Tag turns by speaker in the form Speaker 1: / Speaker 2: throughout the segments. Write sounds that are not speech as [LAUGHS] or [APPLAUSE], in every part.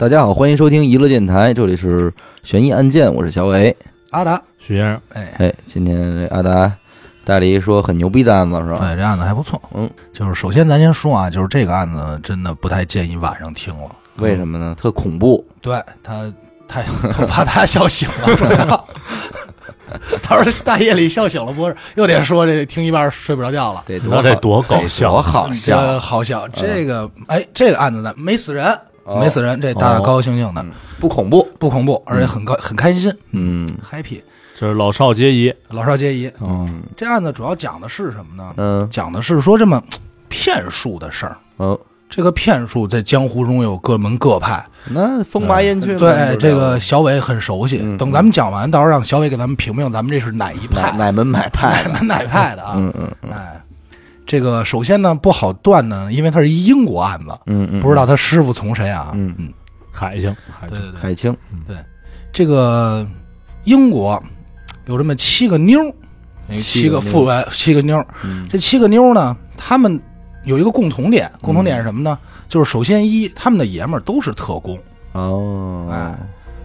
Speaker 1: 大家好，欢迎收听娱乐电台，这里是悬疑案件，我是小伟。
Speaker 2: 阿达，
Speaker 3: 许先生，
Speaker 1: 哎，今天这阿达带了一说很牛逼的案子是吧？
Speaker 2: 哎，这案子还不错。
Speaker 1: 嗯，
Speaker 2: 就是首先咱先说啊，就是这个案子真的不太建议晚上听了。
Speaker 1: 为什么呢？特恐怖，
Speaker 2: 对他， [LAUGHS] 他我怕他笑醒了睡不 [LAUGHS] 着。他说大夜里笑醒了不是，又得说这听一半睡不着觉了。
Speaker 1: 得多
Speaker 3: 那得多搞笑
Speaker 1: 多
Speaker 3: 啊
Speaker 1: 好笑
Speaker 2: 这好笑，这个哎，这个案子呢没死人，
Speaker 1: 哦
Speaker 2: 没死人，这大家高高兴兴的，
Speaker 1: 不恐怖？
Speaker 2: 不恐怖，而且很高很开心
Speaker 1: 嗯
Speaker 2: ，happy，
Speaker 3: 这是老少皆宜。
Speaker 2: 老少皆宜。
Speaker 1: 嗯
Speaker 2: 这案子主要讲的是什么呢？
Speaker 1: 嗯
Speaker 2: 讲的是说这么骗术的事儿。
Speaker 1: 哦，
Speaker 2: 这个骗术在江湖中有各门各派，
Speaker 1: 那风马烟雀嘛
Speaker 2: 对
Speaker 1: 就
Speaker 2: 这
Speaker 1: 样
Speaker 2: 个小伟很熟悉。
Speaker 1: 嗯
Speaker 2: 等咱们讲完，到时候让小伟给咱们评评，咱们这是哪一
Speaker 1: 哪
Speaker 2: 派，
Speaker 1: 哪门买派
Speaker 2: [LAUGHS]
Speaker 1: 的？
Speaker 2: 哪哪派的啊？
Speaker 1: 嗯嗯
Speaker 2: 哎，这个首先呢不好断呢，因为它是一英国案子，
Speaker 1: 嗯嗯，
Speaker 2: 不知道他师傅从谁啊？
Speaker 1: 嗯
Speaker 2: 嗯，
Speaker 3: 海星，海
Speaker 2: 对对
Speaker 3: 星，
Speaker 2: 对，
Speaker 1: 海清，
Speaker 2: 这个英国有这么七个妞儿，七个
Speaker 1: 哎妞
Speaker 2: 富人，七个妞儿。
Speaker 1: 嗯
Speaker 2: 这七个妞儿呢，他们有一个共同点，共同点是什么呢？就是首先一，他们的爷们儿都是特工。
Speaker 1: 哦，
Speaker 2: 哎，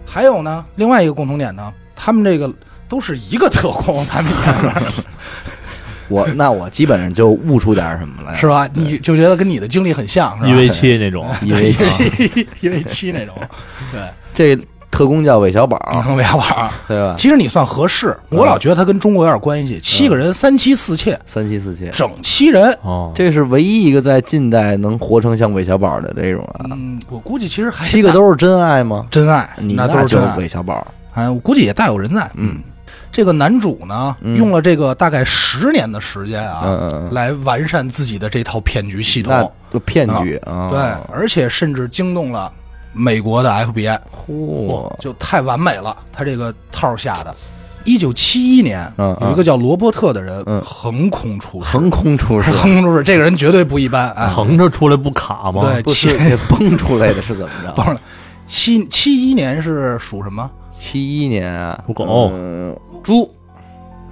Speaker 2: 还有呢，另外一个共同点呢，他们这个都是一个特工，他们爷们
Speaker 1: [LAUGHS]
Speaker 2: 儿
Speaker 1: 我那我基本上就悟出点什么来，
Speaker 2: 是吧？你就觉得跟你的经历很像，是
Speaker 3: 一
Speaker 2: 吧？ [LAUGHS]
Speaker 3: v 七啊那种，
Speaker 1: 因为
Speaker 2: 一为七那种，对，
Speaker 1: 这特工叫韦小宝，
Speaker 2: 你能别玩儿。
Speaker 1: 对吧？
Speaker 2: 其实你算合适，我老觉得他跟中国有点关系。七个人，三妻四妾，
Speaker 1: 三妻四妾，
Speaker 2: 整七人。
Speaker 3: [LAUGHS] 哦，
Speaker 1: 这是唯一一个在近代能活成像韦小宝的这种啊。
Speaker 2: 嗯，我估计其实还
Speaker 1: 七个都是真爱吗？
Speaker 2: 真爱，
Speaker 1: 你
Speaker 2: 那都是
Speaker 1: 就
Speaker 2: 真
Speaker 1: 是
Speaker 2: 爱。
Speaker 1: 韦小宝，
Speaker 2: 哎，我估计也大有人在。
Speaker 1: 嗯，
Speaker 2: 这个男主呢，
Speaker 1: 嗯
Speaker 2: 用了这个大概十年的时间啊，
Speaker 1: 嗯嗯嗯
Speaker 2: 来完善自己的这套骗局系统。
Speaker 1: 那就骗局啊。
Speaker 2: 对，而且甚至惊动了美国的 FBI，
Speaker 1: 嚯，
Speaker 2: 就太完美了，他这个套儿下的。一九七一年，
Speaker 1: 嗯嗯
Speaker 2: 有一个叫罗伯特的人、
Speaker 1: 嗯
Speaker 2: 横空出世，
Speaker 1: 横空出世
Speaker 2: 横， [LAUGHS] 空出世，这个人绝对不一般啊！
Speaker 3: 横着出来不卡吗？
Speaker 2: 对，
Speaker 1: 不是
Speaker 2: 七
Speaker 1: 给蹦出来的是怎么着？
Speaker 2: 忘了，七七一年是属什么？
Speaker 1: 七一年啊，
Speaker 3: 属狗
Speaker 2: 哦
Speaker 1: 嗯猪，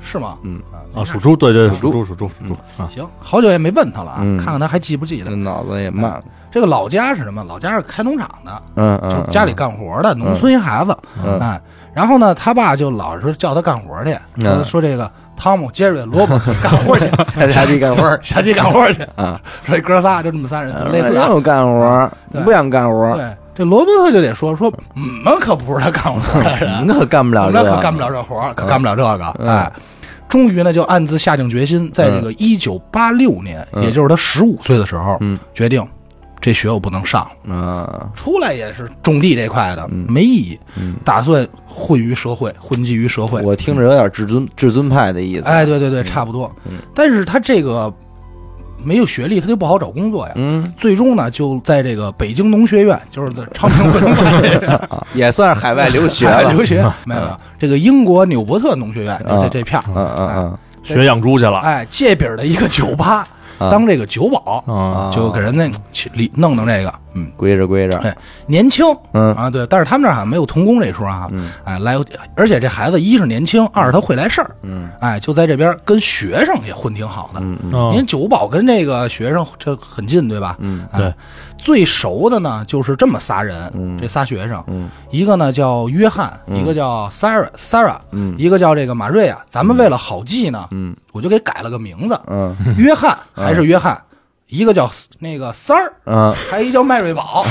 Speaker 2: 是吗？
Speaker 1: 嗯
Speaker 3: 啊，属猪，对对，属猪，属猪，属猪啊，
Speaker 2: 行，好久也没问他了啊，
Speaker 1: 嗯
Speaker 2: 看看他还记不记得
Speaker 1: 这。脑子也慢，
Speaker 2: 这个老家是什么？老家是开农场的，
Speaker 1: 嗯嗯，
Speaker 2: 就是家里干活的，农村一孩子，
Speaker 1: 嗯
Speaker 2: 哎，然后呢，他爸就老是说叫他干活去，
Speaker 1: 嗯
Speaker 2: 说说这个汤姆、杰瑞、罗伯干活去，
Speaker 1: [LAUGHS] 还下地干活儿
Speaker 2: [LAUGHS]
Speaker 1: 嗯
Speaker 2: 下地干活去
Speaker 1: 啊，
Speaker 2: [LAUGHS] 说这哥仨就这么仨人，类似
Speaker 1: 要
Speaker 2: 啊。
Speaker 1: 有干活儿，
Speaker 2: 对
Speaker 1: 不想干活儿，
Speaker 2: 对，这罗伯特就得说说，我们可不是他干活的
Speaker 1: 你
Speaker 2: 人，啊
Speaker 1: 可嗯干不
Speaker 2: 我
Speaker 1: 了这
Speaker 2: 们
Speaker 1: 个，
Speaker 2: 可干不了这活儿，可干不了这个，
Speaker 1: 嗯
Speaker 2: 哎。终于呢，就暗自下定决心，在这个一九八六年，
Speaker 1: 嗯
Speaker 2: 也就是他十五岁的时候，
Speaker 1: 嗯
Speaker 2: 决定这学我不能上了。
Speaker 1: 啊，
Speaker 2: 出来也是种地这块的，没意义，
Speaker 1: 嗯
Speaker 2: 打算混于社会，混迹于社会。
Speaker 1: 我听着有点至尊至尊派的意思。
Speaker 2: 哎，对对对，差不多。
Speaker 1: 嗯
Speaker 2: 但是他这个没有学历，他就不好找工作呀。
Speaker 1: 嗯，
Speaker 2: 最终呢，就在这个北京农学院，就是在昌平文化这
Speaker 1: [LAUGHS] 啊
Speaker 2: 个
Speaker 1: 也算是海外留学
Speaker 2: 海
Speaker 1: 了
Speaker 2: 外。留学，没有没有这个英国纽伯特农学院
Speaker 1: 啊
Speaker 2: 这这片儿，
Speaker 1: 嗯嗯
Speaker 3: 学养猪去了
Speaker 2: 哎，借饼儿的一个酒吧
Speaker 1: 啊
Speaker 2: 当这个酒保，
Speaker 3: 啊，
Speaker 1: 啊
Speaker 2: 就给人那去里弄弄这个，嗯。
Speaker 1: 嗯，归着归着，
Speaker 2: 哎，年轻，
Speaker 1: 嗯
Speaker 2: 啊，对，但是他们这儿好像没有童工这一说啊，
Speaker 1: 嗯
Speaker 2: 哎，来，而且这孩子一是年轻，二是他会来事儿，
Speaker 1: 嗯
Speaker 2: 哎，就在这边跟学生也混挺好的。
Speaker 1: 嗯嗯
Speaker 2: 您
Speaker 3: 嗯，
Speaker 2: 九保跟这个学生这很近，对吧？
Speaker 1: 嗯
Speaker 2: 哎
Speaker 3: 对，
Speaker 2: 最熟的呢就是这么仨人，
Speaker 1: 嗯
Speaker 2: 这仨学生，
Speaker 1: 嗯
Speaker 2: 一个呢叫约翰，
Speaker 1: 嗯
Speaker 2: 一个叫 Sarah Sarah，
Speaker 1: 嗯
Speaker 2: 一个叫这个马瑞亚。咱们为了好记呢，
Speaker 1: 嗯
Speaker 2: 我就给改了个名字，
Speaker 1: 嗯
Speaker 2: 约翰还是约翰，一个叫那个三儿，
Speaker 1: 嗯，
Speaker 2: 还有一叫麦
Speaker 1: [LAUGHS]
Speaker 2: 瑞堡，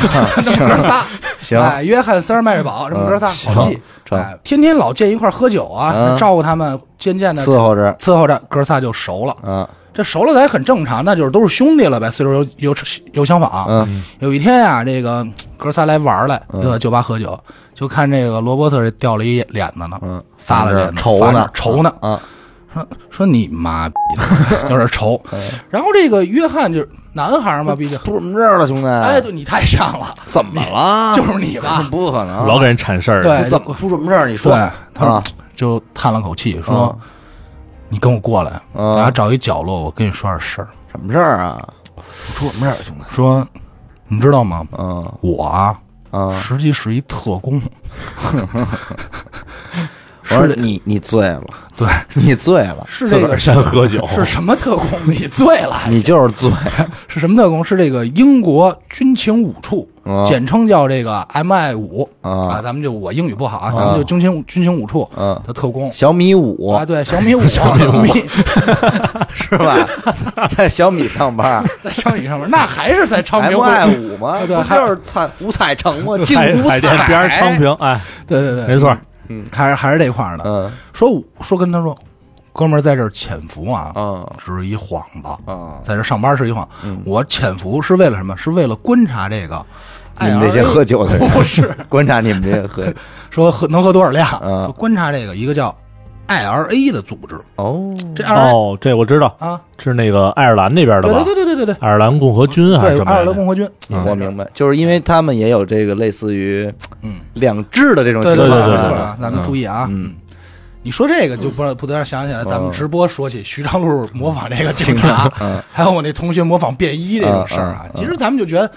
Speaker 2: 这么哥仨。
Speaker 1: 行，
Speaker 2: 哎，约翰三儿麦瑞堡，这么哥仨
Speaker 1: 嗯
Speaker 2: 好记。
Speaker 1: 成
Speaker 2: 哎，天天老见一块儿喝酒啊
Speaker 1: 嗯，
Speaker 2: 照顾他们，渐渐的
Speaker 1: 伺候着，
Speaker 2: 伺候着，哥仨就熟了。
Speaker 1: 嗯
Speaker 2: 这熟了咱也很正常，那就是都是兄弟了呗，岁数有有有相仿。
Speaker 1: 嗯
Speaker 2: 有一天呀，这个哥仨来玩儿来，
Speaker 1: 嗯
Speaker 2: 就在酒吧喝酒，就看这个罗伯特这掉了一脸子呢，
Speaker 1: 嗯，
Speaker 2: 发了脸
Speaker 1: 这愁
Speaker 2: 发了
Speaker 1: 呢
Speaker 2: 脸愁呢，
Speaker 1: 啊，
Speaker 2: 说说你妈逼 [LAUGHS] 的，有点愁。
Speaker 1: 嗯
Speaker 2: 然后这个约翰就是男孩儿嘛，毕竟，
Speaker 1: 出什么事儿了，兄弟？
Speaker 2: 哎，，对你太像了，
Speaker 1: 怎么了？
Speaker 2: [LAUGHS] 就是你吧？
Speaker 1: 不可能，
Speaker 3: 老给人铲事儿，
Speaker 2: 啊对，
Speaker 1: 怎么出什么事儿？你说
Speaker 2: 对，他说
Speaker 1: 啊
Speaker 2: 就叹了口气，说：“你跟我过来，
Speaker 1: 嗯
Speaker 2: 咱俩找一角落，我跟你说点事儿。
Speaker 1: 什么事儿啊？出什么事儿，兄弟？
Speaker 2: 说，你知道吗？
Speaker 1: 嗯
Speaker 2: 我啊，
Speaker 1: 嗯 [LAUGHS]
Speaker 2: [LAUGHS] 实际是一特工，
Speaker 1: 我说
Speaker 2: 是
Speaker 1: 你你醉了，对 [LAUGHS] 你醉了，
Speaker 2: 是
Speaker 3: 自
Speaker 2: 这
Speaker 3: 个儿
Speaker 2: 个
Speaker 3: 先喝酒，
Speaker 2: 是什么特工？你醉了？
Speaker 1: 你就是醉，
Speaker 2: 是什么特工？是这个英国军情五处，
Speaker 1: 啊
Speaker 2: 简称叫这个 MI 五
Speaker 1: 啊
Speaker 2: 咱们就我英语不好啊，咱们就军情军情五处
Speaker 1: 嗯
Speaker 2: 的特工
Speaker 1: 小米五
Speaker 2: 啊，对，
Speaker 1: [LAUGHS]
Speaker 2: 小米五，小米
Speaker 1: 是吧？ [LAUGHS] 在小米上班
Speaker 2: 在小米上面，那还是在昌平会。
Speaker 1: ，MI 五吗？
Speaker 2: 啊 [LAUGHS] 对
Speaker 1: 不
Speaker 2: 还
Speaker 1: 就是彩五彩城吗？
Speaker 3: 就
Speaker 1: 净
Speaker 3: 海
Speaker 1: 五彩
Speaker 3: 海淀边儿昌平，哎，
Speaker 2: 对对
Speaker 3: 没
Speaker 2: 对，
Speaker 3: 错儿，
Speaker 2: 还是还是这块儿的。
Speaker 1: 嗯
Speaker 2: 说我说跟他说，哥们儿在这儿潜伏啊，
Speaker 1: 啊
Speaker 2: 只是一幌子，
Speaker 1: 啊！
Speaker 2: 在这上班是一幌。我潜伏是为了什么？是为了观察这个。
Speaker 1: 你们这些
Speaker 2: IRA
Speaker 1: 喝酒的人
Speaker 2: [LAUGHS] 不是
Speaker 1: 观察你们这些喝
Speaker 2: 说喝能喝多少量，
Speaker 1: 嗯
Speaker 2: 就观察这个一个叫 IRA 的组织，
Speaker 1: 哦
Speaker 2: 这 IRA
Speaker 3: 哦，这我知道，
Speaker 2: 嗯啊，
Speaker 3: 是那个爱尔兰那边的
Speaker 2: 对
Speaker 3: 吧
Speaker 2: 对？对对对对对，
Speaker 3: 爱尔兰共和军还是
Speaker 2: 对
Speaker 3: 什么
Speaker 2: 爱
Speaker 3: 来
Speaker 2: 尔兰
Speaker 3: 着？
Speaker 2: 共和军，
Speaker 3: 嗯
Speaker 1: 我明白，就是因为他们也有这个类似于
Speaker 2: 嗯，
Speaker 1: 两制的这种
Speaker 2: 对
Speaker 1: 情
Speaker 2: 对
Speaker 1: 况，
Speaker 2: 对，
Speaker 3: 对
Speaker 2: 没错
Speaker 3: 对
Speaker 2: 啊，咱们注意啊，
Speaker 1: 嗯，
Speaker 2: 你说这个就不让不得让想起来，咱们
Speaker 1: 嗯
Speaker 2: 直播说起徐长路模仿这个警察， [LAUGHS]
Speaker 1: 嗯
Speaker 2: 还有我那同学模仿便衣这种事儿啊
Speaker 1: 嗯嗯，嗯
Speaker 2: 其实咱们就觉得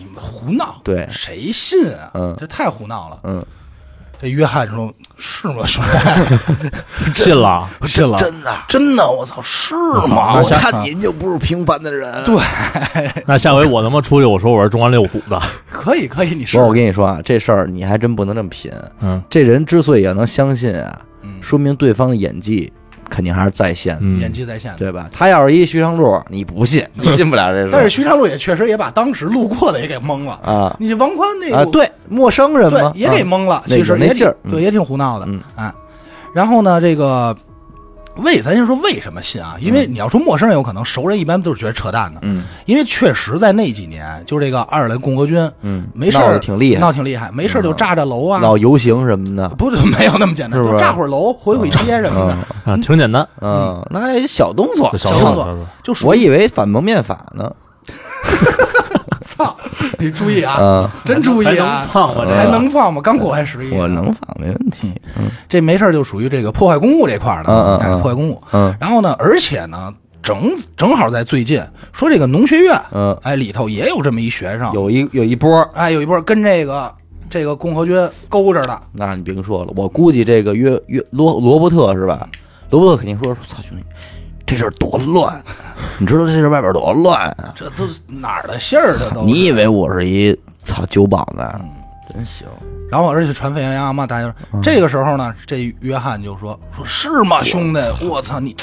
Speaker 2: 你们胡闹，
Speaker 1: 对
Speaker 2: 谁信啊？
Speaker 1: 嗯
Speaker 2: 这太胡闹了。
Speaker 1: 嗯，
Speaker 2: 这约翰说：“是吗，兄弟？
Speaker 3: 嗯信了，
Speaker 2: 信了？嗯
Speaker 1: 真的啊。
Speaker 2: 真的？我操，是吗？
Speaker 1: 我
Speaker 2: 啊我
Speaker 1: 看您就不是平凡的人，
Speaker 2: 对，
Speaker 3: 那下回我他妈出去，我说我是中央六府的，
Speaker 2: 嗯可以，可以，你
Speaker 1: 不
Speaker 2: 是
Speaker 1: 是我跟你说啊，这事儿你还真不能这么品。
Speaker 3: 嗯
Speaker 1: 这人之所以要能相信啊，
Speaker 2: 嗯
Speaker 1: 说明对方的演技肯定还是在线的，
Speaker 3: 嗯，
Speaker 2: 演技在线的。
Speaker 1: 对吧？他要是一徐长路，你不信，你信不了这事儿。
Speaker 2: 但是徐长路也确实也把当时路过的也给蒙了。
Speaker 1: 啊
Speaker 2: 你王宽那
Speaker 1: 啊，
Speaker 2: 个
Speaker 1: 对，陌生人嘛嗯
Speaker 2: 对，也给蒙了，
Speaker 1: 那
Speaker 2: 其实
Speaker 1: 有那
Speaker 2: 也挺
Speaker 1: 劲儿嗯
Speaker 2: 对，也挺胡闹的
Speaker 1: 嗯，
Speaker 2: 哎。然后呢，这个为咱先说为什么信啊？因为你要说陌生人有可能，熟人一般都是觉得扯淡的，
Speaker 1: 嗯
Speaker 2: 因为确实在那几年，就是这个爱尔兰共和军
Speaker 1: 嗯，
Speaker 2: 没事
Speaker 1: 闹
Speaker 2: 儿
Speaker 1: 得挺厉害，嗯
Speaker 2: 闹挺厉害，没事儿就炸炸楼啊，
Speaker 1: 老游行什么的，
Speaker 2: 不是没有那么简单，
Speaker 1: 是不
Speaker 2: 就是炸会儿楼、回回街什么的
Speaker 1: 嗯，
Speaker 3: 啊，挺简单，
Speaker 1: 嗯，那也小动作
Speaker 3: 这，小
Speaker 2: 小动
Speaker 3: 动
Speaker 2: 作
Speaker 3: 作小动作，
Speaker 2: 就属
Speaker 1: 我
Speaker 2: 于
Speaker 1: 以为反蒙面法呢，
Speaker 2: [LAUGHS] 操，你注意啊，
Speaker 1: 啊，
Speaker 2: [LAUGHS] 真注
Speaker 3: 还
Speaker 2: 意
Speaker 3: 能
Speaker 2: 啊。
Speaker 3: 胖吗？这
Speaker 2: 还
Speaker 3: 个
Speaker 2: 能放吗？刚过完十一，
Speaker 1: 嗯我能反没问题，
Speaker 2: 这没事儿就属于这个破坏公务这块儿的，
Speaker 1: 嗯嗯
Speaker 2: 哎
Speaker 1: 嗯
Speaker 2: 破坏公务。
Speaker 1: 嗯
Speaker 2: 然后呢，而且呢，正正好在最近说这个农学院，
Speaker 1: 嗯，
Speaker 2: 哎，里头也有这么一学生，
Speaker 1: 有一有一波儿，
Speaker 2: 哎，有一波跟这个这个共和军勾着的，
Speaker 1: 那你别说了，我估计这个约约罗罗伯特是吧？罗伯特肯定说：“操兄弟，这事儿多乱，你知道这事儿外边多乱啊！
Speaker 2: 这都是哪儿的信儿？这都是
Speaker 1: 你以为我是一操酒保呢？真行，
Speaker 2: 然后而且传沸羊羊嘛，大家
Speaker 1: 嗯
Speaker 2: 说这个时候呢，这约翰就说说是吗，兄弟，我
Speaker 1: [LAUGHS]
Speaker 2: 操你！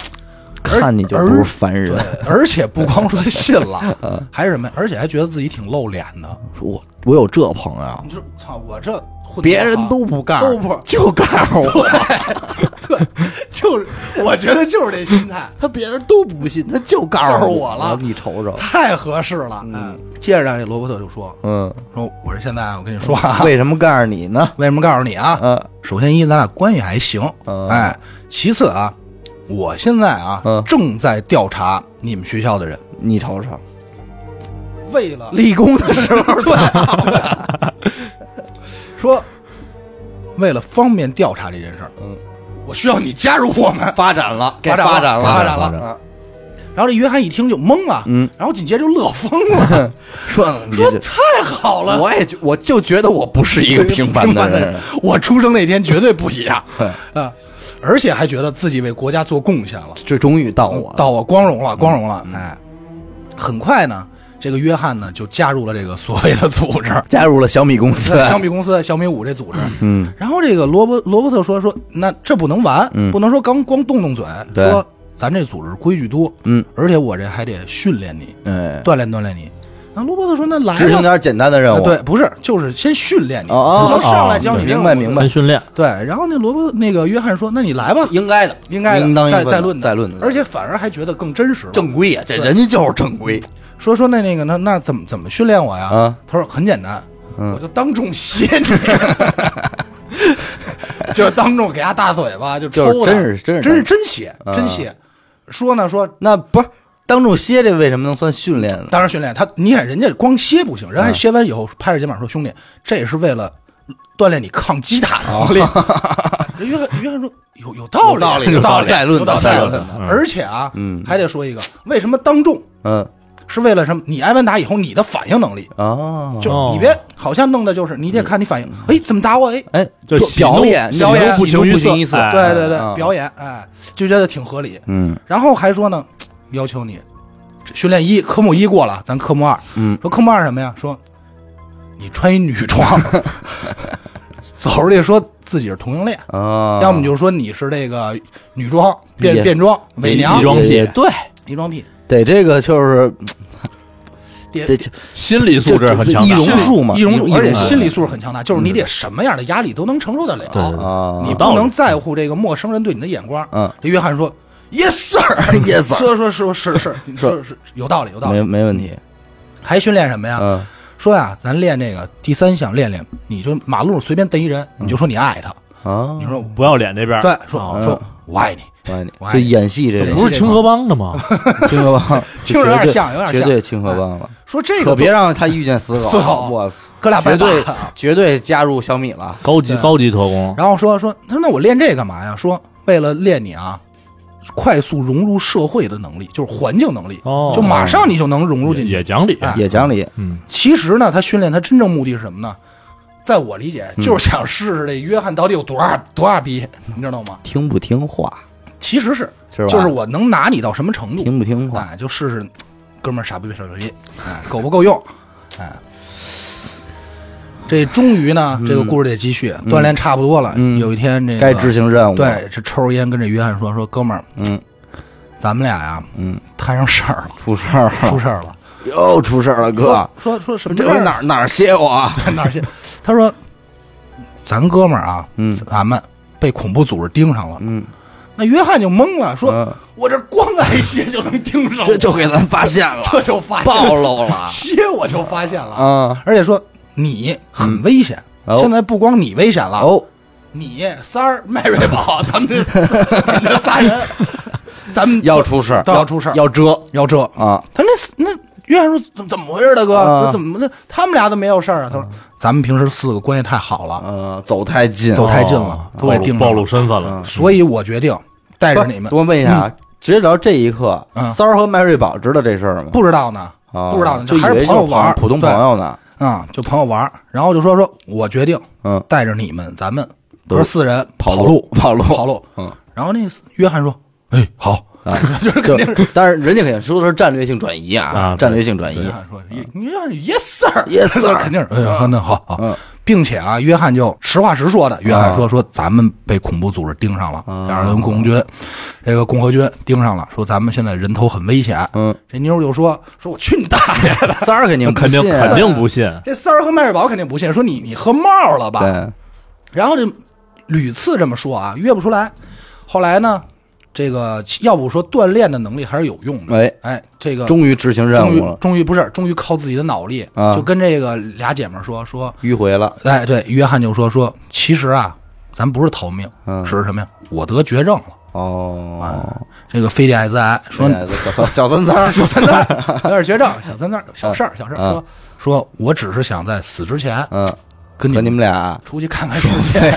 Speaker 2: 而
Speaker 1: 看你就不是凡人
Speaker 2: 对。，而且不光说信
Speaker 1: [LAUGHS] 嗯
Speaker 2: 了，还是什么呀？而且还觉得自己挺露脸的。
Speaker 1: 说我我有这朋友
Speaker 2: 你，说，操，我这混得
Speaker 1: 别人
Speaker 2: 好
Speaker 1: 都不干，
Speaker 2: 都不
Speaker 1: 就告诉我， [LAUGHS]
Speaker 2: 就是， [LAUGHS] 我觉得就是这心态。
Speaker 1: 他别人都不信，他就告
Speaker 2: 告
Speaker 1: 诉
Speaker 2: 诉我了
Speaker 1: 你瞅瞅，
Speaker 2: 太合适了。嗯，接着让这罗伯特就说
Speaker 1: 嗯，
Speaker 2: 说，我说现在我跟你说啊，
Speaker 1: 为什么告诉你呢？
Speaker 2: 为什么告诉你啊？
Speaker 1: 嗯
Speaker 2: 首先一，咱俩关系还行，
Speaker 1: 嗯
Speaker 2: 哎，其次啊，我现在啊、
Speaker 1: 嗯
Speaker 2: 正在调查你们学校的人，
Speaker 1: 你瞅瞅，
Speaker 2: 为了
Speaker 1: 立功的时候，
Speaker 2: [LAUGHS] 说，为了方便调查这件事儿，
Speaker 1: 嗯，
Speaker 2: 我需要你加入我们。
Speaker 1: [LAUGHS] 发展了，
Speaker 2: 发展了
Speaker 1: 展
Speaker 2: 发展
Speaker 3: 了
Speaker 1: 了，
Speaker 2: 然后这约翰一听就懵了，
Speaker 1: 嗯，
Speaker 2: 然后紧接着就乐疯了，
Speaker 1: 说你
Speaker 2: 说
Speaker 1: 这
Speaker 2: 太好了，
Speaker 1: 我也觉我就觉得我不是一个平凡的人，嗯
Speaker 2: 我出生那天绝对不一
Speaker 1: [LAUGHS]
Speaker 2: 样
Speaker 1: 对
Speaker 2: 啊！而且还觉得自己为国家做贡献了，
Speaker 1: 这终于到我了。
Speaker 2: 到我光荣
Speaker 1: 嗯
Speaker 2: 了，光荣了！哎，很快呢，这个约翰呢就加入了这个所谓的组织，
Speaker 1: 加入了小米公司，
Speaker 2: 小米公司小米五这组织。
Speaker 1: 嗯，
Speaker 2: 然后这个罗伯罗伯特说说，那这不能完，
Speaker 1: 嗯
Speaker 2: 不能说刚光动动嘴，
Speaker 1: 对
Speaker 2: 说咱这组织规矩多，
Speaker 1: 嗯，
Speaker 2: 而且我这还得训练你，
Speaker 1: 哎，
Speaker 2: 锻炼锻炼你。那罗伯特说，那来
Speaker 1: 执行
Speaker 2: 吧。
Speaker 1: 点简单的任
Speaker 2: 啊
Speaker 1: 务，
Speaker 2: 对，不是，就是先训练你，
Speaker 1: 哦哦
Speaker 2: 不能上来
Speaker 3: 哦
Speaker 2: 教你
Speaker 3: 对
Speaker 2: 任务
Speaker 1: 明白明白
Speaker 3: 跟训练，
Speaker 2: 对，然后那罗伯那个约翰说：“那你来吧，
Speaker 1: 应该的，
Speaker 2: 应该的
Speaker 1: 应当
Speaker 2: 再
Speaker 1: 应分的
Speaker 2: 再论
Speaker 1: 再论的
Speaker 2: 而且反而还觉得更真实了。
Speaker 1: 正规啊，这人家就是正规，
Speaker 2: 说说那那个那那怎么怎么训练我呀？
Speaker 1: 啊
Speaker 2: 他说很简单，
Speaker 1: 嗯
Speaker 2: 我就当众歇你， [LAUGHS] 就当众给他大嘴巴，就抽
Speaker 1: 就是
Speaker 2: 他
Speaker 1: 真是真是
Speaker 2: 真是真歇
Speaker 1: 啊
Speaker 2: 真歇。说呢说，
Speaker 1: 那不是当众歇这为什么能算训练呢？
Speaker 2: 当然训练他，你看人家光歇不行，人还歇完以后拍着肩膀说：兄弟，这也是为了锻炼你抗击打能力。人约翰约翰说有有道理，啊有
Speaker 1: 有
Speaker 2: 道
Speaker 1: 道
Speaker 2: 理，
Speaker 1: 理再论的
Speaker 2: 有道理
Speaker 1: 再
Speaker 3: 论的嗯
Speaker 2: 而且啊，
Speaker 1: 嗯
Speaker 2: 还得说一个，为什么当众
Speaker 1: 嗯，
Speaker 2: 是为了什么？你挨完打以后，你的反应能力，
Speaker 1: 啊，
Speaker 2: 就
Speaker 3: 哦
Speaker 2: 你别好像弄的就是你得看你反应，哎，怎么打我？哎，
Speaker 1: 哎，
Speaker 3: 就
Speaker 1: 表
Speaker 3: 喜怒
Speaker 1: 表演
Speaker 2: 喜
Speaker 1: 表
Speaker 2: 怒
Speaker 1: 演
Speaker 3: 不
Speaker 1: 喜
Speaker 3: 形
Speaker 1: 怒
Speaker 3: 于
Speaker 1: 不
Speaker 3: 色
Speaker 1: 形于色，
Speaker 3: 哎
Speaker 2: 对对对，
Speaker 1: 啊
Speaker 2: 表演，哎，就觉得挺合理。
Speaker 1: 嗯
Speaker 2: 然后还说呢，要求你这训练一科目一过了，咱科目二，
Speaker 1: 嗯，
Speaker 2: 说科目二什么呀？说你穿一女装， [LAUGHS] 走出去说自己是同性恋，
Speaker 1: 啊，
Speaker 2: 要么就是说你是这个女装变
Speaker 1: 也
Speaker 2: 变装伪娘
Speaker 3: 伪装癖
Speaker 1: 也对，
Speaker 2: 女装癖，
Speaker 1: 得这个就是
Speaker 2: 得
Speaker 1: 得
Speaker 3: 心理素质很强
Speaker 1: 易
Speaker 3: 大
Speaker 1: 容。术嘛，
Speaker 2: 易容术，而且心
Speaker 1: 理
Speaker 2: 理素质很强大，就是你得什么样的压力都能承受得了。
Speaker 3: 对对对
Speaker 1: 啊，
Speaker 2: 你不能在乎这个陌生人对你的眼光。
Speaker 1: 嗯
Speaker 2: 这约翰说：“Yes sir，
Speaker 1: ，yes，sir
Speaker 2: 说说说是是是是有道理有道啊理
Speaker 1: 没。没问题，”
Speaker 2: 还训练什么呀？
Speaker 1: 嗯
Speaker 2: 说呀，咱练这个第三项，练练，你就马路上随便逮一人，
Speaker 1: 嗯
Speaker 2: 你就说你爱他，
Speaker 1: 啊
Speaker 2: 你，说
Speaker 3: 不要脸这边儿
Speaker 2: 对，说
Speaker 1: 哦
Speaker 3: 啊
Speaker 2: 说我爱你，
Speaker 1: 哎
Speaker 2: 我爱
Speaker 1: 这
Speaker 2: 你
Speaker 1: 演戏这
Speaker 2: 对
Speaker 1: 种
Speaker 3: 不是清河帮
Speaker 2: [LAUGHS]
Speaker 3: 的吗？
Speaker 1: 清河帮，
Speaker 2: 听着有点像有点
Speaker 1: 绝
Speaker 2: 像
Speaker 1: 对清河帮了，
Speaker 2: 说这个
Speaker 1: 可别让他遇见死狗，
Speaker 2: 死狗
Speaker 1: 我操，
Speaker 2: 哥俩
Speaker 1: 绝
Speaker 2: 拜
Speaker 1: 对
Speaker 2: 把。
Speaker 1: 绝对加入小米了，
Speaker 3: 高级
Speaker 2: 对
Speaker 3: 高级特工，
Speaker 2: 然后说说，他说那我练这干嘛呀？说为了练你啊，快速融入社会的能力，就是环境能力，
Speaker 3: 哦
Speaker 2: 就马上你就能融入进去。
Speaker 3: 也讲理，
Speaker 2: 哎
Speaker 1: 也讲理，
Speaker 3: 嗯，
Speaker 2: 其实呢，他训练他真正目的是什么呢？在我理
Speaker 1: 嗯
Speaker 2: 解，就是想试试这约翰到底有多大多大逼，你知道吗？
Speaker 1: 听不听话
Speaker 2: 其实是，
Speaker 1: 是吧？
Speaker 2: 就是我能拿你到什么程度，
Speaker 1: 听不听话，
Speaker 2: 哎，就试试，哥们儿傻逼不傻逼，哎，够不够用，哎。这终于呢，这个故事得继续，锻炼差不多了。
Speaker 1: 嗯
Speaker 2: 有一天，这个
Speaker 1: 该执行任务，，
Speaker 2: 对，这抽着烟跟这约翰说说，哥们儿，
Speaker 1: 嗯
Speaker 2: 咱们俩呀
Speaker 1: 嗯，
Speaker 2: 摊上事儿了，
Speaker 1: 出事儿了，
Speaker 2: 出事儿了。
Speaker 1: [LAUGHS] 又出事儿了，哥，
Speaker 2: 说说什么
Speaker 1: 这
Speaker 2: 事
Speaker 1: 回
Speaker 2: 儿
Speaker 1: 哪儿哪儿歇我啊？
Speaker 2: [LAUGHS] 哪儿去？他说，咱哥们儿啊，
Speaker 1: 嗯
Speaker 2: 咱们被恐怖组织盯上了。
Speaker 1: 嗯，
Speaker 2: 那约翰就懵了，说：“
Speaker 1: 嗯
Speaker 2: 我这光挨歇就能盯上我，
Speaker 1: 这就给咱发现了，
Speaker 2: 这 [LAUGHS] 就发现
Speaker 1: 暴露
Speaker 2: [LAUGHS]
Speaker 1: 了
Speaker 2: 歇我就发现了。
Speaker 1: 啊！
Speaker 2: 而且说你很危险，
Speaker 1: 哦
Speaker 2: 现在不光你危险了，
Speaker 1: 哦，
Speaker 2: 你三儿、麦瑞
Speaker 1: [LAUGHS]
Speaker 2: 宝，咱们这四咱们这仨人，咱们
Speaker 1: [LAUGHS] 要出事儿，
Speaker 2: 要出事儿，
Speaker 1: 要遮
Speaker 2: 要这
Speaker 1: 啊！
Speaker 2: 他那四那约翰说怎怎么回事儿，大哥？
Speaker 1: 啊
Speaker 2: 我怎么的？他们俩都没有事儿啊？他说咱们平时四个关系太好了，
Speaker 1: 嗯，走太近，
Speaker 2: 走太近了
Speaker 3: 哦
Speaker 2: 都给定
Speaker 3: 暴
Speaker 2: 了
Speaker 3: 露
Speaker 2: 嗯
Speaker 3: 身份了，
Speaker 2: 所以我决定带
Speaker 1: 嗯不
Speaker 2: 着
Speaker 1: 是
Speaker 2: 你们。
Speaker 1: 多问一下啊，直接聊这一刻
Speaker 2: 嗯，
Speaker 1: 三儿和麦瑞宝知道这事儿吗？
Speaker 2: 不知道呢，
Speaker 1: 啊，
Speaker 2: 不知道呢
Speaker 1: 就以
Speaker 2: 还是
Speaker 1: 为
Speaker 2: 朋友
Speaker 1: 就
Speaker 2: 玩儿
Speaker 1: 普通
Speaker 2: 对
Speaker 1: 朋友呢。
Speaker 2: 啊、就朋友玩儿，然后就说说，我决定
Speaker 1: 嗯，
Speaker 2: 带着你们，咱们
Speaker 1: 都
Speaker 2: 不是四人跑
Speaker 1: 路， [LAUGHS] 跑路，
Speaker 2: 跑路。
Speaker 1: 嗯，
Speaker 2: 然后那个约翰说：“哎，好。
Speaker 1: 啊
Speaker 2: [LAUGHS]
Speaker 1: 就但是人家肯定说的是战略性转移啊，
Speaker 3: 啊
Speaker 1: 战略性转”移
Speaker 2: 嗯约。翰说：“你让 yes sir
Speaker 1: Yes, sir
Speaker 2: [LAUGHS] 肯定是。”哎呀，那好好
Speaker 1: 嗯。
Speaker 2: 并且啊，约翰就实话实说的，约翰说：“说咱们被恐怖组织盯上了，
Speaker 1: 嗯
Speaker 2: 两人跟共军，这个共和军盯上了，说咱们现在人头很危险。”
Speaker 1: 嗯，
Speaker 2: 这妞儿就说：“说我去你大爷的！”
Speaker 1: [LAUGHS] 三儿肯定
Speaker 3: 肯定
Speaker 1: 不信啊
Speaker 3: 肯定不信，
Speaker 2: 这三儿和麦瑞宝肯定不信，说你你喝冒了吧？
Speaker 1: 对，
Speaker 2: 然后这屡次这么说啊，约不出来。后来呢，这个要不说锻炼的能力还是有用的。
Speaker 1: 哎，
Speaker 2: 哎，这个
Speaker 1: 终于执行任
Speaker 2: 终于
Speaker 1: 务了，
Speaker 2: 终于不是终于靠自己的脑力，
Speaker 1: 啊
Speaker 2: 就跟这个俩姐们儿说说，
Speaker 1: 迂回了。
Speaker 2: 哎，对，约翰就说说，其实啊，咱不是逃命，
Speaker 1: 嗯
Speaker 2: 只是什么呀？我得绝症了。哎
Speaker 1: 哦，
Speaker 2: 这个非典艾滋癌，啊说 [LAUGHS]
Speaker 1: 哎小小小三三儿，
Speaker 2: 小三
Speaker 1: [LAUGHS]
Speaker 2: 三儿有点绝症，小三三儿小事儿，小事儿，
Speaker 1: 嗯
Speaker 2: 说说我只是想在死之前
Speaker 1: 嗯，
Speaker 2: 跟你
Speaker 1: 和
Speaker 2: 们
Speaker 1: 你们俩
Speaker 2: 出去看看世界，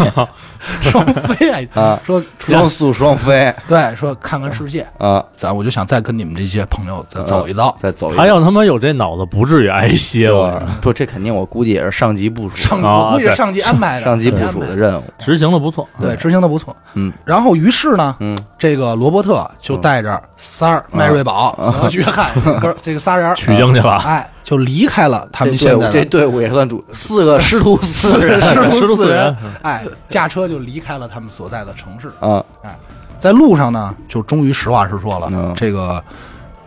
Speaker 2: [LAUGHS] 双飞
Speaker 1: [LAUGHS] 啊
Speaker 2: 说说
Speaker 1: 双宿双飞
Speaker 2: 对，说看看世界，
Speaker 1: 啊，
Speaker 2: 咱我就想再跟你们这些朋友
Speaker 1: 嗯
Speaker 2: 再走一遭，
Speaker 1: 再走一
Speaker 3: 他要他妈有这脑子，不至于挨歇我
Speaker 1: 步。不，这肯定我估计也是上级部署，
Speaker 2: 上
Speaker 3: 啊
Speaker 2: 我估计是
Speaker 3: 对
Speaker 2: 上级安排的，
Speaker 1: 上级部
Speaker 2: 安
Speaker 1: 署
Speaker 2: 排
Speaker 1: 的任务。
Speaker 3: 执行的不错，
Speaker 2: 对，执行的不错。
Speaker 1: 嗯，
Speaker 2: 然后于是呢，
Speaker 1: 嗯，啊
Speaker 2: 这个罗伯特就带着三儿、麦瑞宝和
Speaker 1: [LAUGHS]
Speaker 2: 约翰哥这个仨人儿，
Speaker 3: 取经去了，
Speaker 2: 哎，就离开了他
Speaker 1: 这
Speaker 2: 们
Speaker 1: 队
Speaker 2: 现
Speaker 1: 伍
Speaker 2: 在
Speaker 1: 这
Speaker 2: 的
Speaker 1: 队伍也算
Speaker 2: [LAUGHS]
Speaker 1: 主，四个 [LAUGHS] 师徒四人
Speaker 2: 师徒
Speaker 3: 徒
Speaker 2: 四
Speaker 3: 四
Speaker 2: 人
Speaker 3: 人，
Speaker 2: 哎，驾车就离开了他们所在的城市。哎
Speaker 1: 啊，
Speaker 2: 在路上呢，就终于实话实说了。
Speaker 1: 嗯
Speaker 2: 这个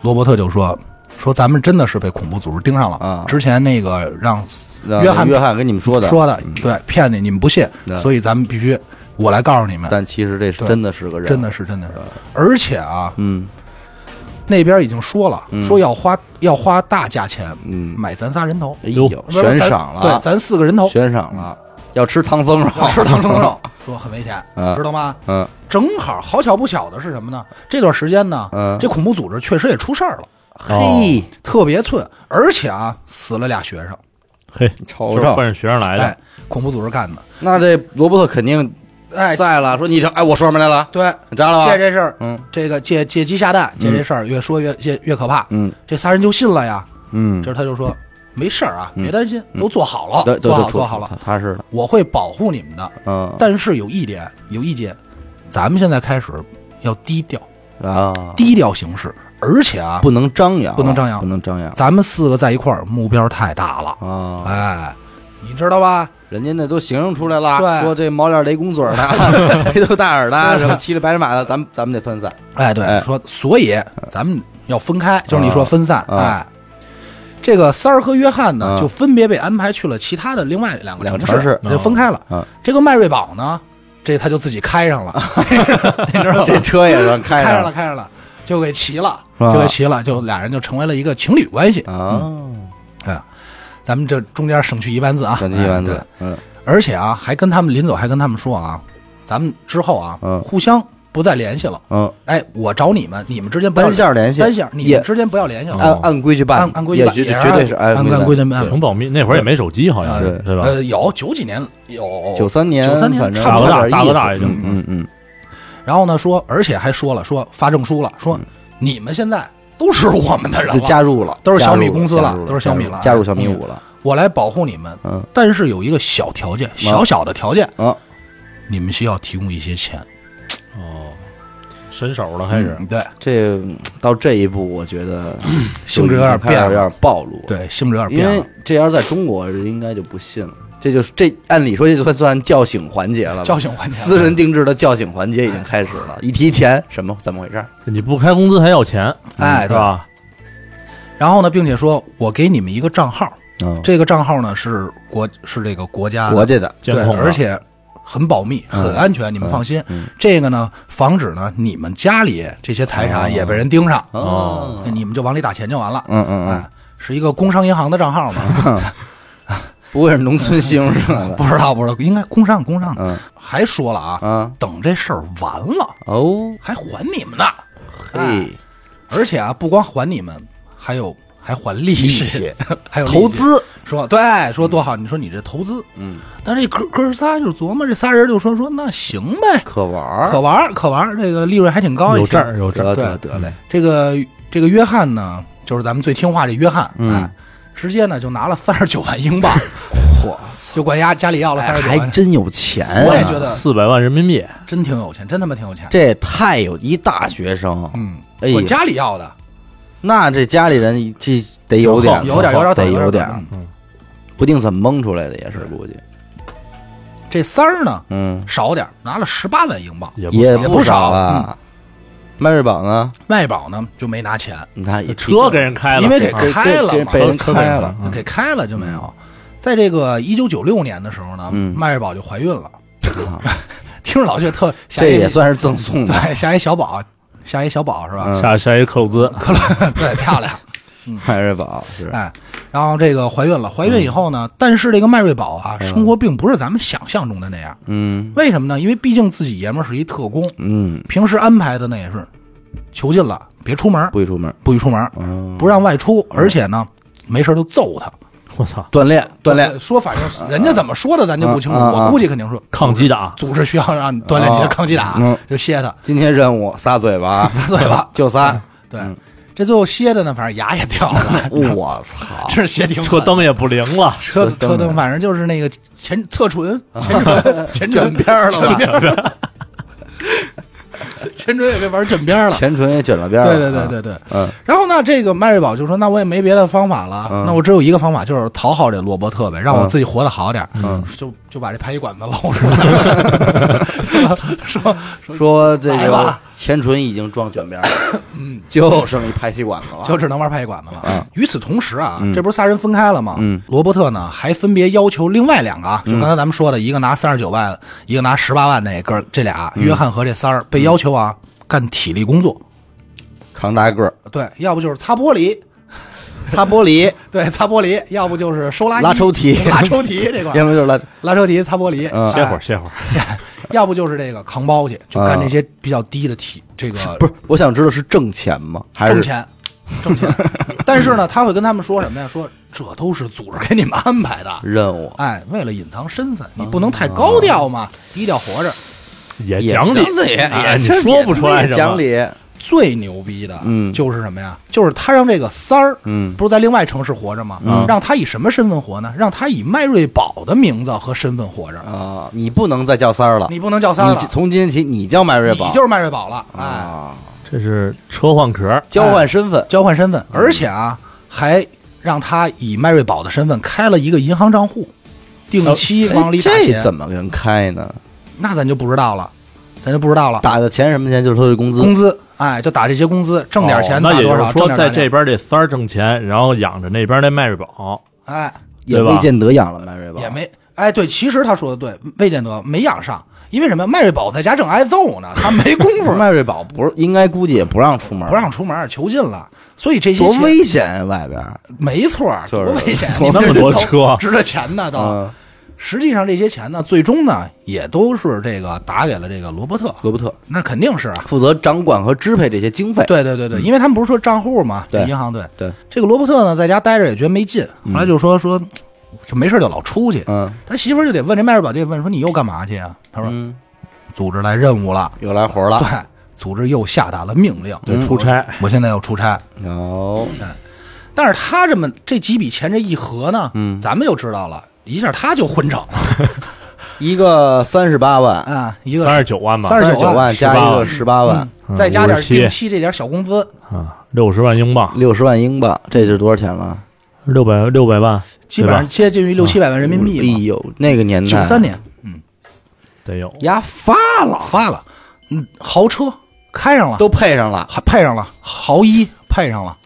Speaker 2: 罗伯特就说说咱们真的是被恐怖组织盯上了。
Speaker 1: 啊
Speaker 2: 之前那个让
Speaker 1: 让
Speaker 2: 约翰
Speaker 1: 约翰跟你们说的，嗯
Speaker 2: 说的，对，骗你，你们不信
Speaker 1: 对，
Speaker 2: 所以咱们必须我来告诉你们，
Speaker 1: 但其实这是
Speaker 2: 对
Speaker 1: 真的是个人，
Speaker 2: 真的，是真的是。而且啊，
Speaker 1: 嗯
Speaker 2: 那边已经说了，
Speaker 1: 嗯
Speaker 2: 说要花要花大价钱
Speaker 1: 嗯，
Speaker 2: 买咱仨人头，
Speaker 1: 哎呦，
Speaker 2: 不是
Speaker 1: 悬
Speaker 2: 咱
Speaker 1: 赏了，啊
Speaker 2: 对，咱四个人头，
Speaker 1: 悬赏了，要吃唐僧肉，
Speaker 2: 吃唐僧肉，说很危险
Speaker 1: 嗯，
Speaker 2: 知道吗？
Speaker 1: [LAUGHS] 嗯
Speaker 2: 正好好巧不巧的是什么呢？这段时间呢，
Speaker 1: 嗯，
Speaker 2: 这恐怖组织确实也出事儿了。
Speaker 1: 嘿，
Speaker 2: 特别寸，而且啊，死了俩学生，
Speaker 3: 嘿，
Speaker 1: 瞅
Speaker 3: 就是
Speaker 1: 瞅，
Speaker 3: 奔着学生来
Speaker 2: 哎
Speaker 3: 的，，
Speaker 2: 恐怖组织干的，
Speaker 1: 那这罗伯特肯定
Speaker 2: 哎，
Speaker 1: 在了，说你这哎，我说什么来了？
Speaker 2: 对，
Speaker 1: 你扎了吧？
Speaker 2: 借这事儿，
Speaker 1: 嗯
Speaker 2: 这个借借鸡下蛋，借这事儿越说越越越可怕。
Speaker 1: 嗯
Speaker 2: 这仨人就信了呀。
Speaker 1: 嗯
Speaker 2: 这时，候他就说：“没事儿啊，
Speaker 1: 嗯
Speaker 2: 别担心，都做好
Speaker 1: 对
Speaker 2: 了，
Speaker 1: 对
Speaker 2: 做好
Speaker 1: 对，
Speaker 2: 了做好了，，
Speaker 1: 踏实的，
Speaker 2: 我会保护你们的。
Speaker 1: 嗯
Speaker 2: 但是有一点，有一节，咱们现在开始要低调，
Speaker 1: 啊，
Speaker 2: 低调行事，而且啊，
Speaker 1: 不能张扬，
Speaker 2: 不能张扬
Speaker 1: 不能张扬
Speaker 2: 咱们四个在一块儿，目标太大了。
Speaker 1: 啊！
Speaker 2: 哎，你知道吧？
Speaker 1: 人家那都形容出来了，
Speaker 2: 对
Speaker 1: 说这毛脸雷公嘴儿
Speaker 2: [LAUGHS]
Speaker 1: 的，黑头大耳的，
Speaker 2: 对
Speaker 1: 什么骑着白马的，咱们咱们得分
Speaker 2: [LAUGHS]
Speaker 1: 散。
Speaker 2: 哎，对
Speaker 1: 哎，嗯
Speaker 2: 说所以咱们要分开，就是你说分散，
Speaker 1: 啊
Speaker 2: 哎。这个三儿和约翰呢
Speaker 1: 啊，
Speaker 2: 就分别被安排去了其他的另外两个
Speaker 1: 两个
Speaker 2: 城
Speaker 1: 城市
Speaker 2: 就分开
Speaker 1: 啊
Speaker 2: 了。这个迈锐宝呢，这他就自己开
Speaker 1: [LAUGHS]
Speaker 2: 上了，你知道吗
Speaker 1: 这？车也让开
Speaker 2: 开上
Speaker 1: 上
Speaker 2: 了，开上了，就给骑了，
Speaker 1: 哎是吧
Speaker 2: 就给骑了，就俩人就成为了一嗯个情侣关系。
Speaker 1: 啊，
Speaker 2: 咱们这中间省去一万字啊，
Speaker 1: 神奇丸
Speaker 2: 哎
Speaker 1: 子
Speaker 2: 对，
Speaker 1: 嗯
Speaker 2: 而且啊，还跟他们临走还跟他们说啊，咱们之后啊
Speaker 1: 嗯，
Speaker 2: 互相不再联系了。
Speaker 1: 嗯，
Speaker 2: 哎，我找你们，你们之间不要
Speaker 1: 单线联系，
Speaker 2: 单线，你
Speaker 1: 也
Speaker 2: 们之间不要联系了。
Speaker 1: 按按规矩办，
Speaker 2: 按按规矩办，
Speaker 1: 也
Speaker 2: 也
Speaker 1: 绝
Speaker 2: 是
Speaker 1: 绝对是哎
Speaker 2: 按按按规矩办。
Speaker 1: 嗯
Speaker 3: 挺保密。那会儿也没手机，好像
Speaker 1: 对
Speaker 3: 是对吧？
Speaker 2: 呃，有九几年有
Speaker 1: 九三年，
Speaker 2: 93年
Speaker 1: 反正
Speaker 2: 差
Speaker 3: 大
Speaker 2: 不多
Speaker 3: 哥大，
Speaker 1: 有点
Speaker 3: 大
Speaker 1: 意
Speaker 3: 哥
Speaker 1: 思
Speaker 3: 大已经
Speaker 1: 嗯嗯嗯，
Speaker 2: 然后呢说，而且还说了说发证书了，说
Speaker 1: 嗯
Speaker 2: 你们现在都是我们的人
Speaker 1: 就
Speaker 2: 了，
Speaker 1: 加入了，
Speaker 2: 都是小米
Speaker 1: 加入
Speaker 2: 公司了
Speaker 1: 加入
Speaker 2: 都是小米了
Speaker 1: 加入小米五了，
Speaker 2: 我来保护你们。
Speaker 1: 嗯
Speaker 2: 但是有一个小条件，小小的条件，
Speaker 1: 啊，
Speaker 2: 你们需要提供一些钱。
Speaker 3: 哦，伸手了开始
Speaker 2: 呃嗯，对，
Speaker 1: 这嗯到这一步，我觉得
Speaker 2: 性质有点变
Speaker 1: 有
Speaker 2: 了，
Speaker 1: 点暴露，，
Speaker 2: 对，性质有点
Speaker 1: 因
Speaker 2: 变
Speaker 1: 为
Speaker 2: 了。
Speaker 1: 这要是在中国，应该就不信了。这就是这，按理说这就算算叫醒环节了吧，
Speaker 2: 叫醒环节了哎
Speaker 1: 私人定制的叫醒环节已经开始了。一提钱，什么怎么回事？
Speaker 3: 你不开工资还要钱，
Speaker 2: 哎，
Speaker 3: 是
Speaker 2: 对。
Speaker 3: 吧？
Speaker 2: 然后呢，并且说我给你们一个账号，
Speaker 1: 嗯，
Speaker 2: 这个账号呢是国是这个国家的
Speaker 1: 国家的，嗯
Speaker 3: 监
Speaker 2: 对
Speaker 3: 控，的
Speaker 2: 而且很保密、很安全，你们放心。这个呢，防止呢你们家里这些财
Speaker 1: 哦
Speaker 2: 产也被人盯上，哎
Speaker 1: 哦
Speaker 3: 哦，
Speaker 2: 你们就往里打钱就完了。
Speaker 1: 嗯嗯嗯，
Speaker 2: 哎，是一个工商银行的账号吗？
Speaker 1: 不会是农村星是吧？
Speaker 2: [LAUGHS] 不知道，不知道，应该工商工商的。
Speaker 1: 嗯
Speaker 2: 还说了啊，
Speaker 1: 啊
Speaker 2: 等这事儿完了
Speaker 1: 哦，
Speaker 2: 还还你们呢，啊哎
Speaker 1: 嘿，
Speaker 2: 而且啊，不光还你们，还有还还利
Speaker 1: 利
Speaker 2: 息
Speaker 1: 息，
Speaker 2: [LAUGHS] 还有利息
Speaker 1: 投。资，
Speaker 2: 说对，说多好，你说你这投资，
Speaker 1: 嗯，
Speaker 2: 但这哥哥仨就琢磨，这仨人就说说那行呗，
Speaker 1: 可玩儿，
Speaker 2: 可玩儿可玩儿，这个利润还挺高，
Speaker 3: 有
Speaker 2: 一听
Speaker 3: 证儿有证
Speaker 1: 得
Speaker 3: 儿，
Speaker 1: 得得嘞，
Speaker 2: 这个这个约翰呢，就是咱们最听话这约翰，
Speaker 1: 嗯
Speaker 2: 哎，直接呢就拿了三十九万英镑，
Speaker 1: [LAUGHS] 我哎
Speaker 2: 就管家家里要了三十九
Speaker 1: 还
Speaker 2: 万，
Speaker 1: 真有钱啊，
Speaker 2: 我也觉得
Speaker 3: 四百万人民币，
Speaker 2: 真挺有钱，真他妈挺有钱。
Speaker 1: 这也太有一大学生，
Speaker 2: 嗯，
Speaker 1: 哎呀
Speaker 2: 管家里要的，
Speaker 1: 那这家里人这得有点儿，
Speaker 2: 有点儿有点
Speaker 1: 得
Speaker 2: 儿胆
Speaker 1: 有
Speaker 2: 儿
Speaker 1: 点儿，
Speaker 2: 嗯
Speaker 1: 不定怎么蒙出来的也是估计，
Speaker 2: 这三儿呢
Speaker 1: 嗯，
Speaker 2: 少点儿，拿了十八万英镑。
Speaker 3: 也不
Speaker 1: 也
Speaker 3: 少
Speaker 2: 不
Speaker 1: 少
Speaker 2: 少嗯
Speaker 1: 啊。迈锐宝呢？
Speaker 2: 麦宝呢就没拿钱，
Speaker 1: 你看也
Speaker 3: 车给人开了，
Speaker 2: 因为给
Speaker 3: 啊
Speaker 2: 开了
Speaker 1: 给
Speaker 2: 嘛
Speaker 1: 被人
Speaker 3: 车给
Speaker 1: 开了，
Speaker 3: 嗯
Speaker 2: 给开了就没有。在这个一九九六年的时候呢，
Speaker 1: 嗯啊
Speaker 2: 迈锐宝就怀孕了， [LAUGHS] 听着老觉得特下
Speaker 1: 这
Speaker 2: 一嗯
Speaker 1: 也算是赠送
Speaker 2: [LAUGHS]
Speaker 1: 的，
Speaker 2: 对，下一小宝，下一小宝是吧？
Speaker 1: 嗯
Speaker 3: 下下一克鲁兹，
Speaker 2: 可乐 [LAUGHS] 对，
Speaker 1: [LAUGHS]
Speaker 2: 漂亮。
Speaker 1: 迈锐宝是
Speaker 2: 哎，然后这个怀孕了，怀孕以后呢，
Speaker 1: 嗯
Speaker 2: 但是这个迈锐宝啊，生活并不是咱们想象中的那样。
Speaker 1: 嗯
Speaker 2: 为什么呢？因为毕竟自己爷们儿是一特工，
Speaker 1: 嗯，
Speaker 2: 平时安排的呢也是囚禁了，别出门，
Speaker 1: 不许出门，
Speaker 2: 不许出门，
Speaker 1: 嗯，
Speaker 2: 不让外出，而且呢，没事儿就揍他。
Speaker 3: [LAUGHS] 我操，
Speaker 1: 锻炼锻炼，
Speaker 2: 呃说反正人家怎么说的，咱就不清楚。
Speaker 1: 啊啊啊
Speaker 2: 我估计肯定说 [LAUGHS]
Speaker 3: 抗击打，
Speaker 2: 组织需要让你锻炼你的抗击打
Speaker 1: 嗯，
Speaker 2: 就歇他。
Speaker 1: 今天任务仨嘴巴
Speaker 2: [LAUGHS]
Speaker 1: 啊，仨嘴巴 [LAUGHS] 就仨，，
Speaker 2: 对，这最后歇的呢，反正牙也掉了
Speaker 1: 我
Speaker 2: [LAUGHS]
Speaker 1: 操，
Speaker 2: 这是歇挺
Speaker 3: 车
Speaker 2: 狠的
Speaker 3: 灯也不灵了，
Speaker 2: 车
Speaker 1: 车灯
Speaker 2: 车灯，反正就是那个前 [LAUGHS] 侧唇、
Speaker 1: [LAUGHS]
Speaker 2: 前唇、前
Speaker 1: 卷
Speaker 2: 唇
Speaker 1: 边儿
Speaker 2: [LAUGHS]
Speaker 1: 了吧？
Speaker 2: 前唇也被玩卷边儿了。
Speaker 1: 前唇也卷了边儿
Speaker 2: 对
Speaker 1: 了，
Speaker 2: 对对对对。
Speaker 1: 嗯
Speaker 2: 然后呢，这个迈锐宝就说：“那我也没别的方法了，
Speaker 1: 嗯
Speaker 2: 那我只有一个方法，就是讨好这罗伯特呗，让我自己活得好点儿，
Speaker 1: 嗯
Speaker 2: [LAUGHS] 就就把这排气管子搂出来， [LAUGHS] 说
Speaker 1: 嗯，说这
Speaker 2: 来
Speaker 1: 个
Speaker 2: 吧嗯
Speaker 1: 前唇已经撞卷边儿了，
Speaker 2: [LAUGHS]
Speaker 1: [LAUGHS] 就剩一排气管子了，
Speaker 2: 就只能玩排气管子了。”与此同时啊，
Speaker 1: 嗯
Speaker 2: 这不是仨人分开了吗？
Speaker 1: 嗯
Speaker 2: 罗伯特呢还分别要求另外两个啊，就刚才咱们说的，一个拿三十九万，一个拿十八万那哥儿，这俩啊
Speaker 1: 嗯
Speaker 2: 约翰和这三儿被要求啊干体力工作。
Speaker 1: 扛大
Speaker 2: [LAUGHS]
Speaker 1: 个儿，
Speaker 2: 对，要不就是擦玻璃，
Speaker 1: 擦玻璃，
Speaker 2: 对，擦玻璃，要不就是收垃圾、
Speaker 1: 拉抽屉
Speaker 2: 拉抽屉
Speaker 1: [LAUGHS]
Speaker 2: 这块
Speaker 1: 要
Speaker 2: 儿，
Speaker 1: 么就是拉
Speaker 2: 拉抽屉、擦玻璃，哎
Speaker 1: 嗯
Speaker 3: 歇会儿歇会儿，
Speaker 2: 要不就是这个扛包去，就干这些比较低的体，这个
Speaker 1: 不是？我想知道是挣钱吗？还是
Speaker 2: 挣？钱，挣钱。 [LAUGHS] 但是呢，他会跟他们说什么呀？说这都是组织给你们安排的，
Speaker 1: 任务嗯
Speaker 2: 哎，为了隐藏身份，你不能太高调嘛，低调活着。
Speaker 3: 也讲理，
Speaker 1: 讲理啊
Speaker 3: 哎
Speaker 1: 也
Speaker 3: 你
Speaker 1: 是
Speaker 3: 说不出来
Speaker 1: 也
Speaker 3: 什
Speaker 1: 讲
Speaker 3: 么。
Speaker 1: 理，
Speaker 2: 最牛逼的，
Speaker 1: 嗯
Speaker 2: 就是什么呀？就是他让这个三儿，
Speaker 1: 嗯
Speaker 2: 不是在另外城市活着吗？
Speaker 1: 嗯
Speaker 2: 让他以什么身份活呢？让他以迈锐宝的名字和身份活着。
Speaker 1: 啊，你不能再叫三儿了，
Speaker 2: 你不能叫三儿
Speaker 1: 你
Speaker 2: 了，
Speaker 1: 从今天起你叫迈锐宝，
Speaker 2: 你就是迈锐宝了，哎，
Speaker 1: 啊，
Speaker 3: 这是车换壳儿，
Speaker 1: 交换身份，
Speaker 2: 交换身份，而且啊，还让他以迈锐宝的身份开了一个银行账户，定期
Speaker 1: 哎
Speaker 2: 往里打
Speaker 1: 这
Speaker 2: 钱，
Speaker 1: 怎么跟开呢？
Speaker 2: 那咱就不知道了，咱就不知道了。
Speaker 1: 打的钱什么钱？就是他的工资
Speaker 2: 工资，哎，就打这些工资，挣点钱
Speaker 3: 哦那
Speaker 2: 打
Speaker 3: 也
Speaker 2: 多
Speaker 3: 就是
Speaker 2: 少，
Speaker 3: 说
Speaker 2: 挣点
Speaker 3: 在
Speaker 2: 啥
Speaker 3: 这边这三儿挣钱，然后养着那边那迈锐宝，
Speaker 2: 哎，
Speaker 1: 也
Speaker 3: 对吧
Speaker 1: 未见得养了迈锐宝，
Speaker 2: 也没哎，对，其实他说的对，魏建德没养上，因为什么？迈锐宝在家正挨揍呢，他没工
Speaker 1: [LAUGHS]
Speaker 2: 夫，
Speaker 1: 迈锐宝不是应该估计也不让出门，
Speaker 2: 不让出门，囚禁了，所以这些
Speaker 1: 多
Speaker 2: 钱
Speaker 1: 危险啊外边儿，
Speaker 2: 没错儿，
Speaker 1: 就
Speaker 2: 多
Speaker 1: 是
Speaker 2: 危险！
Speaker 1: 多
Speaker 2: 你们
Speaker 3: 那么多
Speaker 2: 这都
Speaker 3: 车
Speaker 2: 值着钱呢，都。
Speaker 1: 嗯，
Speaker 2: 实际上这些钱呢，最终呢，也都是这个打给了这个罗伯特，
Speaker 1: 罗伯特
Speaker 2: 那肯定是啊。
Speaker 1: 负责掌管和支配这些经费，
Speaker 2: 对对对对，因为他们不是说账户嘛，
Speaker 1: 嗯对
Speaker 2: 这银行对
Speaker 1: 对。
Speaker 2: 这个罗伯特呢，在家待着也觉得没劲，后来就说说，就没事就老出去。
Speaker 1: 嗯
Speaker 2: 他媳妇儿就得问这迈锐宝这问说你又干嘛去啊？他说
Speaker 1: 嗯，啊
Speaker 2: 组织来任务了，
Speaker 1: 又来活儿了
Speaker 2: 对，，组织又下达了命令，
Speaker 3: 对，出差
Speaker 2: 我现在要出差。
Speaker 1: 哦，
Speaker 2: 但是他这么这几笔钱这一合呢，
Speaker 1: 嗯
Speaker 2: 咱们就知道了，一下他就混整了
Speaker 1: 一个三十八万，
Speaker 2: 啊，一个
Speaker 3: 三十九万吧，
Speaker 2: 三
Speaker 1: 三
Speaker 2: 十
Speaker 1: 十
Speaker 2: 九
Speaker 1: 九
Speaker 2: 万
Speaker 1: 万加一个十
Speaker 2: 18
Speaker 1: 八万，
Speaker 2: 嗯
Speaker 3: 嗯
Speaker 2: 再加点
Speaker 3: 57
Speaker 2: 定期这点小工资，
Speaker 3: 啊，六十万英镑，
Speaker 1: 六十万英镑，这是多少钱了？
Speaker 3: 六百六百万
Speaker 2: 基本上接近于六七百万人民币
Speaker 1: 哎
Speaker 2: 嘛，
Speaker 1: 呦，那个年代，
Speaker 2: 九三年
Speaker 3: 得有，
Speaker 2: 嗯
Speaker 1: 呀发了，
Speaker 2: 发了，嗯，豪车开上了，
Speaker 1: 都配上了，
Speaker 2: 还配上了，豪衣配上了，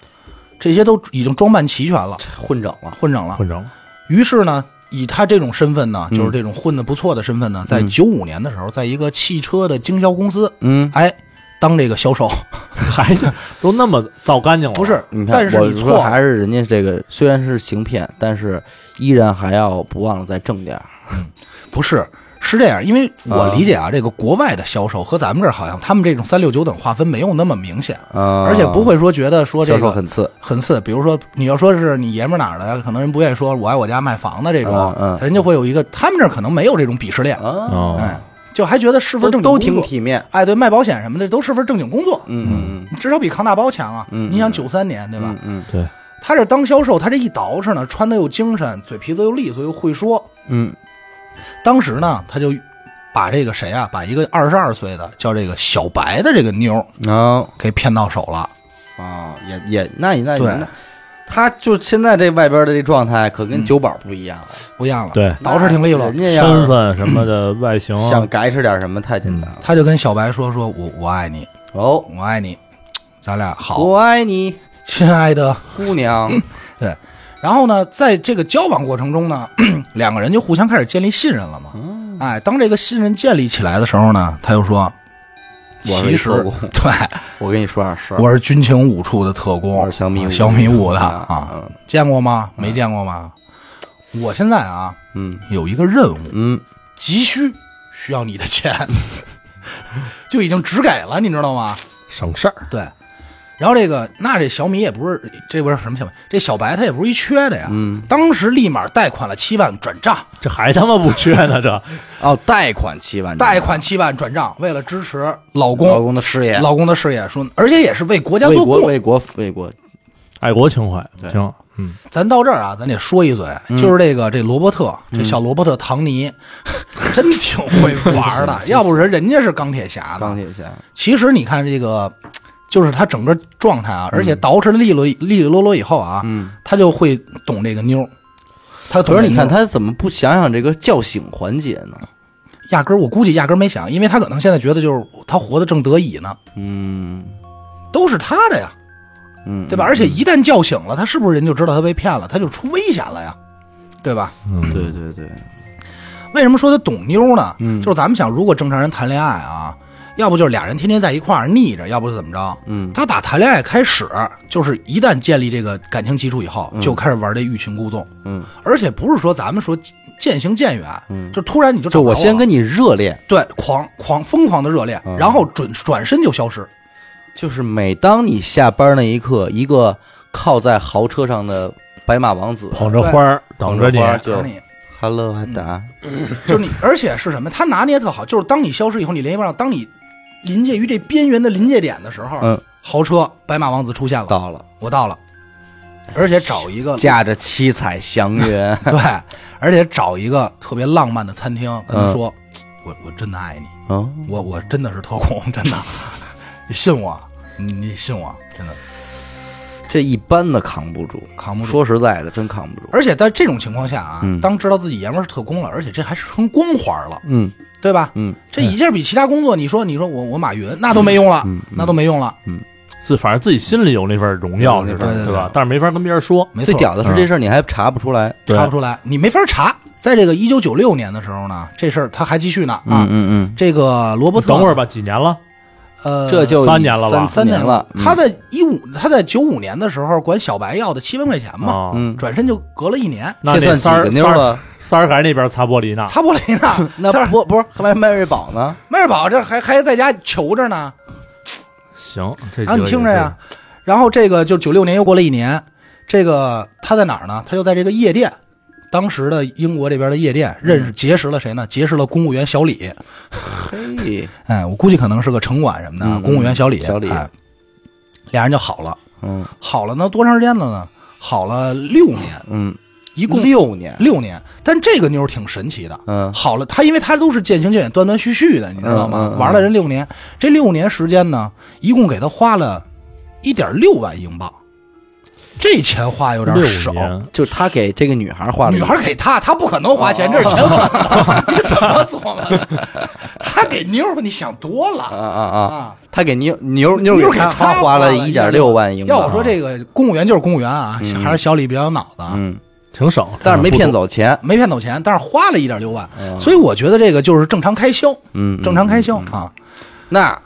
Speaker 2: 这些都已经装扮齐全了，
Speaker 1: 混整了，
Speaker 2: 混整了。
Speaker 3: 混整了
Speaker 2: 于是呢，以他这种身份呢，
Speaker 1: 嗯
Speaker 2: 就是这种混得不错的身份呢，在九五年的时候，在一个汽车的经销公司，
Speaker 1: 嗯，
Speaker 2: 哎，当这个销
Speaker 1: [LAUGHS]
Speaker 2: 售，
Speaker 3: 还都那么造干净了，
Speaker 2: 不是，
Speaker 1: 你看，
Speaker 2: 但是
Speaker 1: 我
Speaker 2: 你错
Speaker 1: 说
Speaker 2: 了，
Speaker 1: 还是人家这个虽然是行骗，但是依然还要不忘了再挣点儿，
Speaker 2: 不是。是这样，因为我理解啊，这个国外的销售和咱们这儿好像，他们这种三六九等划分没有那么明显，
Speaker 1: 啊，
Speaker 2: 而且不会说觉得说这
Speaker 1: 销售
Speaker 2: 个
Speaker 1: 很次，
Speaker 2: 很次。比如说，你要说是你爷们儿哪儿的，可能人不愿意说我爱我家卖房的这种
Speaker 1: 嗯，嗯
Speaker 2: 人家会有一个，他们这儿可能没有这种鄙视链，
Speaker 1: 啊，
Speaker 3: 啊，
Speaker 2: 哎，就还觉得是份
Speaker 1: 都
Speaker 2: 正经
Speaker 1: 都
Speaker 2: 工
Speaker 1: 挺
Speaker 2: 作
Speaker 1: 体面，
Speaker 2: 哎，对，卖保险什么的都是份正经工作，
Speaker 1: 嗯嗯
Speaker 2: 至少比扛大包强啊。
Speaker 1: 嗯
Speaker 2: 你想九三年对吧？
Speaker 1: 嗯嗯
Speaker 3: 对，
Speaker 2: 他这当销售，他这一捯饬呢，穿的又精神，嘴皮子又利索又会说。
Speaker 1: 嗯
Speaker 2: 当时呢，他就把这个谁啊，把一个二十二岁的叫这个小白的这个妞儿
Speaker 1: 嗯，然后
Speaker 2: 给骗到手了。
Speaker 1: 啊，也也那也那也
Speaker 2: 对
Speaker 1: 那，他就现在这外边的这状态可跟酒保不一样了，
Speaker 2: 不一样了，
Speaker 3: 对
Speaker 2: 捯饬挺利落
Speaker 1: 人。家要
Speaker 3: 身
Speaker 1: 是
Speaker 3: 份什么的外形，
Speaker 1: 想改吃点什么太简单了，
Speaker 2: 他就跟小白说：“说我我爱你，
Speaker 1: 哦。
Speaker 2: 我爱你，咱俩好，
Speaker 1: 我爱你，
Speaker 2: 亲爱的。
Speaker 1: 姑 [LAUGHS] 娘。
Speaker 2: 对，然后呢，在这个交往过程中呢， [CLEARS THROAT] 两个人就互相开始建立信任了嘛。
Speaker 1: 嗯
Speaker 2: 哎，当这个信任建立起来的时候呢，他又说，
Speaker 1: 我
Speaker 2: 其
Speaker 1: 是
Speaker 2: 实
Speaker 1: 特工
Speaker 2: [LAUGHS] 对
Speaker 1: 我跟你说点事儿，
Speaker 2: 我是军情五处的特工，
Speaker 1: 我是小米五
Speaker 2: 啊小米五的
Speaker 1: 啊
Speaker 2: 啊，
Speaker 1: 嗯
Speaker 2: 见过吗？没见过吗？我现在啊
Speaker 1: 嗯
Speaker 2: 有一个任务，
Speaker 1: 嗯，
Speaker 2: 急需需要你的钱， [LAUGHS] 就已经只给了，你知道吗？
Speaker 3: 省事儿，
Speaker 2: 对。然后这个，那这小米也不是，这不是什么小米，这小白他也不是一缺的呀。
Speaker 1: 嗯，
Speaker 2: 当时立马贷款了七万转账，
Speaker 3: 这还他妈不缺呢，这
Speaker 1: 哦，贷款七万，
Speaker 2: 贷款七万转账，为了支持老公
Speaker 1: 老公的事业，
Speaker 2: 老公的事业，说而且也是为国家
Speaker 1: 为
Speaker 2: 做
Speaker 1: 国
Speaker 2: 贡。
Speaker 1: 为国为国，
Speaker 3: 爱国情怀
Speaker 1: 对
Speaker 3: 行，嗯，
Speaker 2: 咱到这儿啊，咱得说一嘴，
Speaker 1: 嗯
Speaker 2: 就是这个这罗伯特，这小罗伯特
Speaker 1: [LAUGHS]
Speaker 2: 唐尼，真挺会玩的。要不是人家是钢铁侠
Speaker 1: 钢
Speaker 2: 呢，
Speaker 1: 铁侠，
Speaker 2: 其实你看这个，就是他整个状态啊，而且捯饬的利落利利落落以后啊，
Speaker 1: 嗯。
Speaker 2: 他就会懂这个妞儿，他懂
Speaker 1: 可是
Speaker 2: 这个妞儿。
Speaker 1: 你看他怎么不想想这个叫醒环节呢？
Speaker 2: 压根儿我估计压根儿没想，因为他可能现在觉得就是他活得正得意呢，
Speaker 1: 嗯
Speaker 2: 都是他的呀。
Speaker 1: 嗯，
Speaker 2: 对吧？而且一旦叫醒了，他是不是人就知道他被骗了，他就出危险了呀，对吧？
Speaker 3: 嗯
Speaker 1: 对对对，
Speaker 2: 为什么说他懂妞呢？
Speaker 1: 嗯
Speaker 2: 就是咱们想，如果正常人谈恋爱啊，要不就是俩人天天在一块儿腻着，要不是怎么着？
Speaker 1: 嗯
Speaker 2: 他打谈恋爱开始，就是一旦建立这个感情基础以后，就开始玩这欲擒故纵，
Speaker 1: 嗯，
Speaker 2: 而且不是说咱们说渐行渐远，
Speaker 1: 嗯
Speaker 2: 就突然你就找
Speaker 1: 就
Speaker 2: 不着
Speaker 1: 我先跟你热恋，
Speaker 2: 对狂狂疯狂的热恋，
Speaker 1: 嗯
Speaker 2: 然后转转身就消失，
Speaker 1: 就是每当你下班那一刻，一个靠在豪车上的白马王子
Speaker 3: 捧着花儿等着你
Speaker 1: 捧着花儿就
Speaker 2: 嗯等着你。
Speaker 1: 哈喽哈达，
Speaker 2: 就是你，而且是什么？他拿捏特好，就是当你消失以后，你联系不上，当你临界于这边缘的临界点的时候，
Speaker 1: 嗯，
Speaker 2: 豪车白马王子出现了，
Speaker 1: 到了，
Speaker 2: 我到了，而且找一
Speaker 1: [LAUGHS]
Speaker 2: 个
Speaker 1: 驾着七彩祥云，
Speaker 2: 对，而且找一个特别浪漫的餐厅，跟
Speaker 1: 嗯
Speaker 2: 他说，我我真的爱你，
Speaker 1: 哦，
Speaker 2: 我我真的是特工，真的， [LAUGHS] 你信我，你你信我，真的
Speaker 1: 这一般的扛不住，
Speaker 2: 扛不住。
Speaker 1: 说实在的，真扛不住。
Speaker 2: 而且在这种情况下啊，
Speaker 1: 嗯
Speaker 2: 当知道自己爷们儿是特工了，而且这还是成光环了，
Speaker 1: 嗯
Speaker 2: 对吧？
Speaker 1: 嗯，
Speaker 2: 这一下比其他工作，你说你说我我马云那都没用了，
Speaker 1: 嗯嗯
Speaker 2: 那都没用了，
Speaker 3: 自反正自己心里有那份荣耀
Speaker 1: 对
Speaker 3: 似
Speaker 2: 对对
Speaker 3: 的，
Speaker 2: 对
Speaker 3: 吧？但是没法跟别人说，
Speaker 2: 没错。嗯
Speaker 1: 最屌的是这事儿你还查不出来，
Speaker 3: 对
Speaker 2: 查不出来，你没法查。在这个一九九六年的时候呢，这事儿他还继续呢啊。
Speaker 1: 嗯嗯
Speaker 2: 这个罗伯特，
Speaker 3: 等会儿，吧，几年了？
Speaker 2: 呃，
Speaker 1: 嗯，这就
Speaker 3: 三年了吧
Speaker 1: 三四
Speaker 2: 三
Speaker 1: 年
Speaker 2: 了
Speaker 1: 了。。嗯
Speaker 2: 他在一五，他在九五年的时候管小白要的七万块钱嘛，
Speaker 3: 啊，
Speaker 1: 嗯，
Speaker 2: 转身就隔了一年，
Speaker 3: 那
Speaker 1: 这算
Speaker 3: 那
Speaker 1: 几
Speaker 3: 三
Speaker 1: 个
Speaker 3: 儿
Speaker 1: 妞
Speaker 3: 三儿
Speaker 1: 了？
Speaker 3: 三儿还那边擦玻璃呢，
Speaker 2: 擦玻璃呢
Speaker 1: [LAUGHS] 。那
Speaker 2: 三儿
Speaker 1: 不不是还卖迈锐宝呢？
Speaker 2: 迈尔宝这还还在家求着呢，
Speaker 3: 行，这
Speaker 2: 然后啊你
Speaker 3: 几个
Speaker 2: 听着
Speaker 3: 也
Speaker 2: 呀，然后这个就九六年又过了一年，这个他在哪儿呢？他就在这个夜店，当时的英国这边的夜店认
Speaker 1: 嗯
Speaker 2: 识结识了谁呢？结识了公务员小李，
Speaker 1: 嘿，
Speaker 2: 哎，我估计可能是个城管什么的啊，
Speaker 1: 嗯
Speaker 2: 公务员小李，
Speaker 1: 小李
Speaker 2: 哎，俩人就好了，
Speaker 1: 嗯
Speaker 2: 好了呢多长时间了呢？好了六年，
Speaker 1: 嗯，
Speaker 2: 一共
Speaker 1: 六年，
Speaker 2: 六年，但这个妞儿挺神奇的。
Speaker 1: 嗯
Speaker 2: 好了，她因为她都是渐行渐远、断断续续的，你知道
Speaker 1: 嗯
Speaker 2: 吗
Speaker 1: 嗯？嗯
Speaker 2: 玩了人六年，这六年时间呢，一共给她花了一点六万英镑，这钱花有点
Speaker 3: 六
Speaker 2: 少。
Speaker 3: 年，
Speaker 1: 就是他给这个女孩画了一
Speaker 2: 女
Speaker 1: 个，
Speaker 2: 孩给他，他不可能花钱，
Speaker 1: 哦
Speaker 2: 这是钱花。 [LAUGHS] 你怎么琢磨？他给妞儿吧，你想多
Speaker 1: 啊
Speaker 2: 了
Speaker 1: 啊啊！
Speaker 2: 啊！
Speaker 1: 他给牛牛
Speaker 2: 妞
Speaker 1: 牛
Speaker 2: 儿
Speaker 1: 给
Speaker 2: 给他
Speaker 1: 他花了一点六万英镑，
Speaker 2: 要我说，这个公务员就是公务员啊，
Speaker 1: 嗯
Speaker 2: 还是小李比较有脑子啊，
Speaker 1: 嗯，
Speaker 3: 挺省，啊
Speaker 1: 但是没骗
Speaker 3: 不多。
Speaker 1: 走钱，
Speaker 2: 没骗走钱，但是花了一点六万，
Speaker 1: 嗯
Speaker 2: 所以我觉得这个就是正常开销，
Speaker 1: 嗯，
Speaker 2: 正常开销啊，
Speaker 1: 那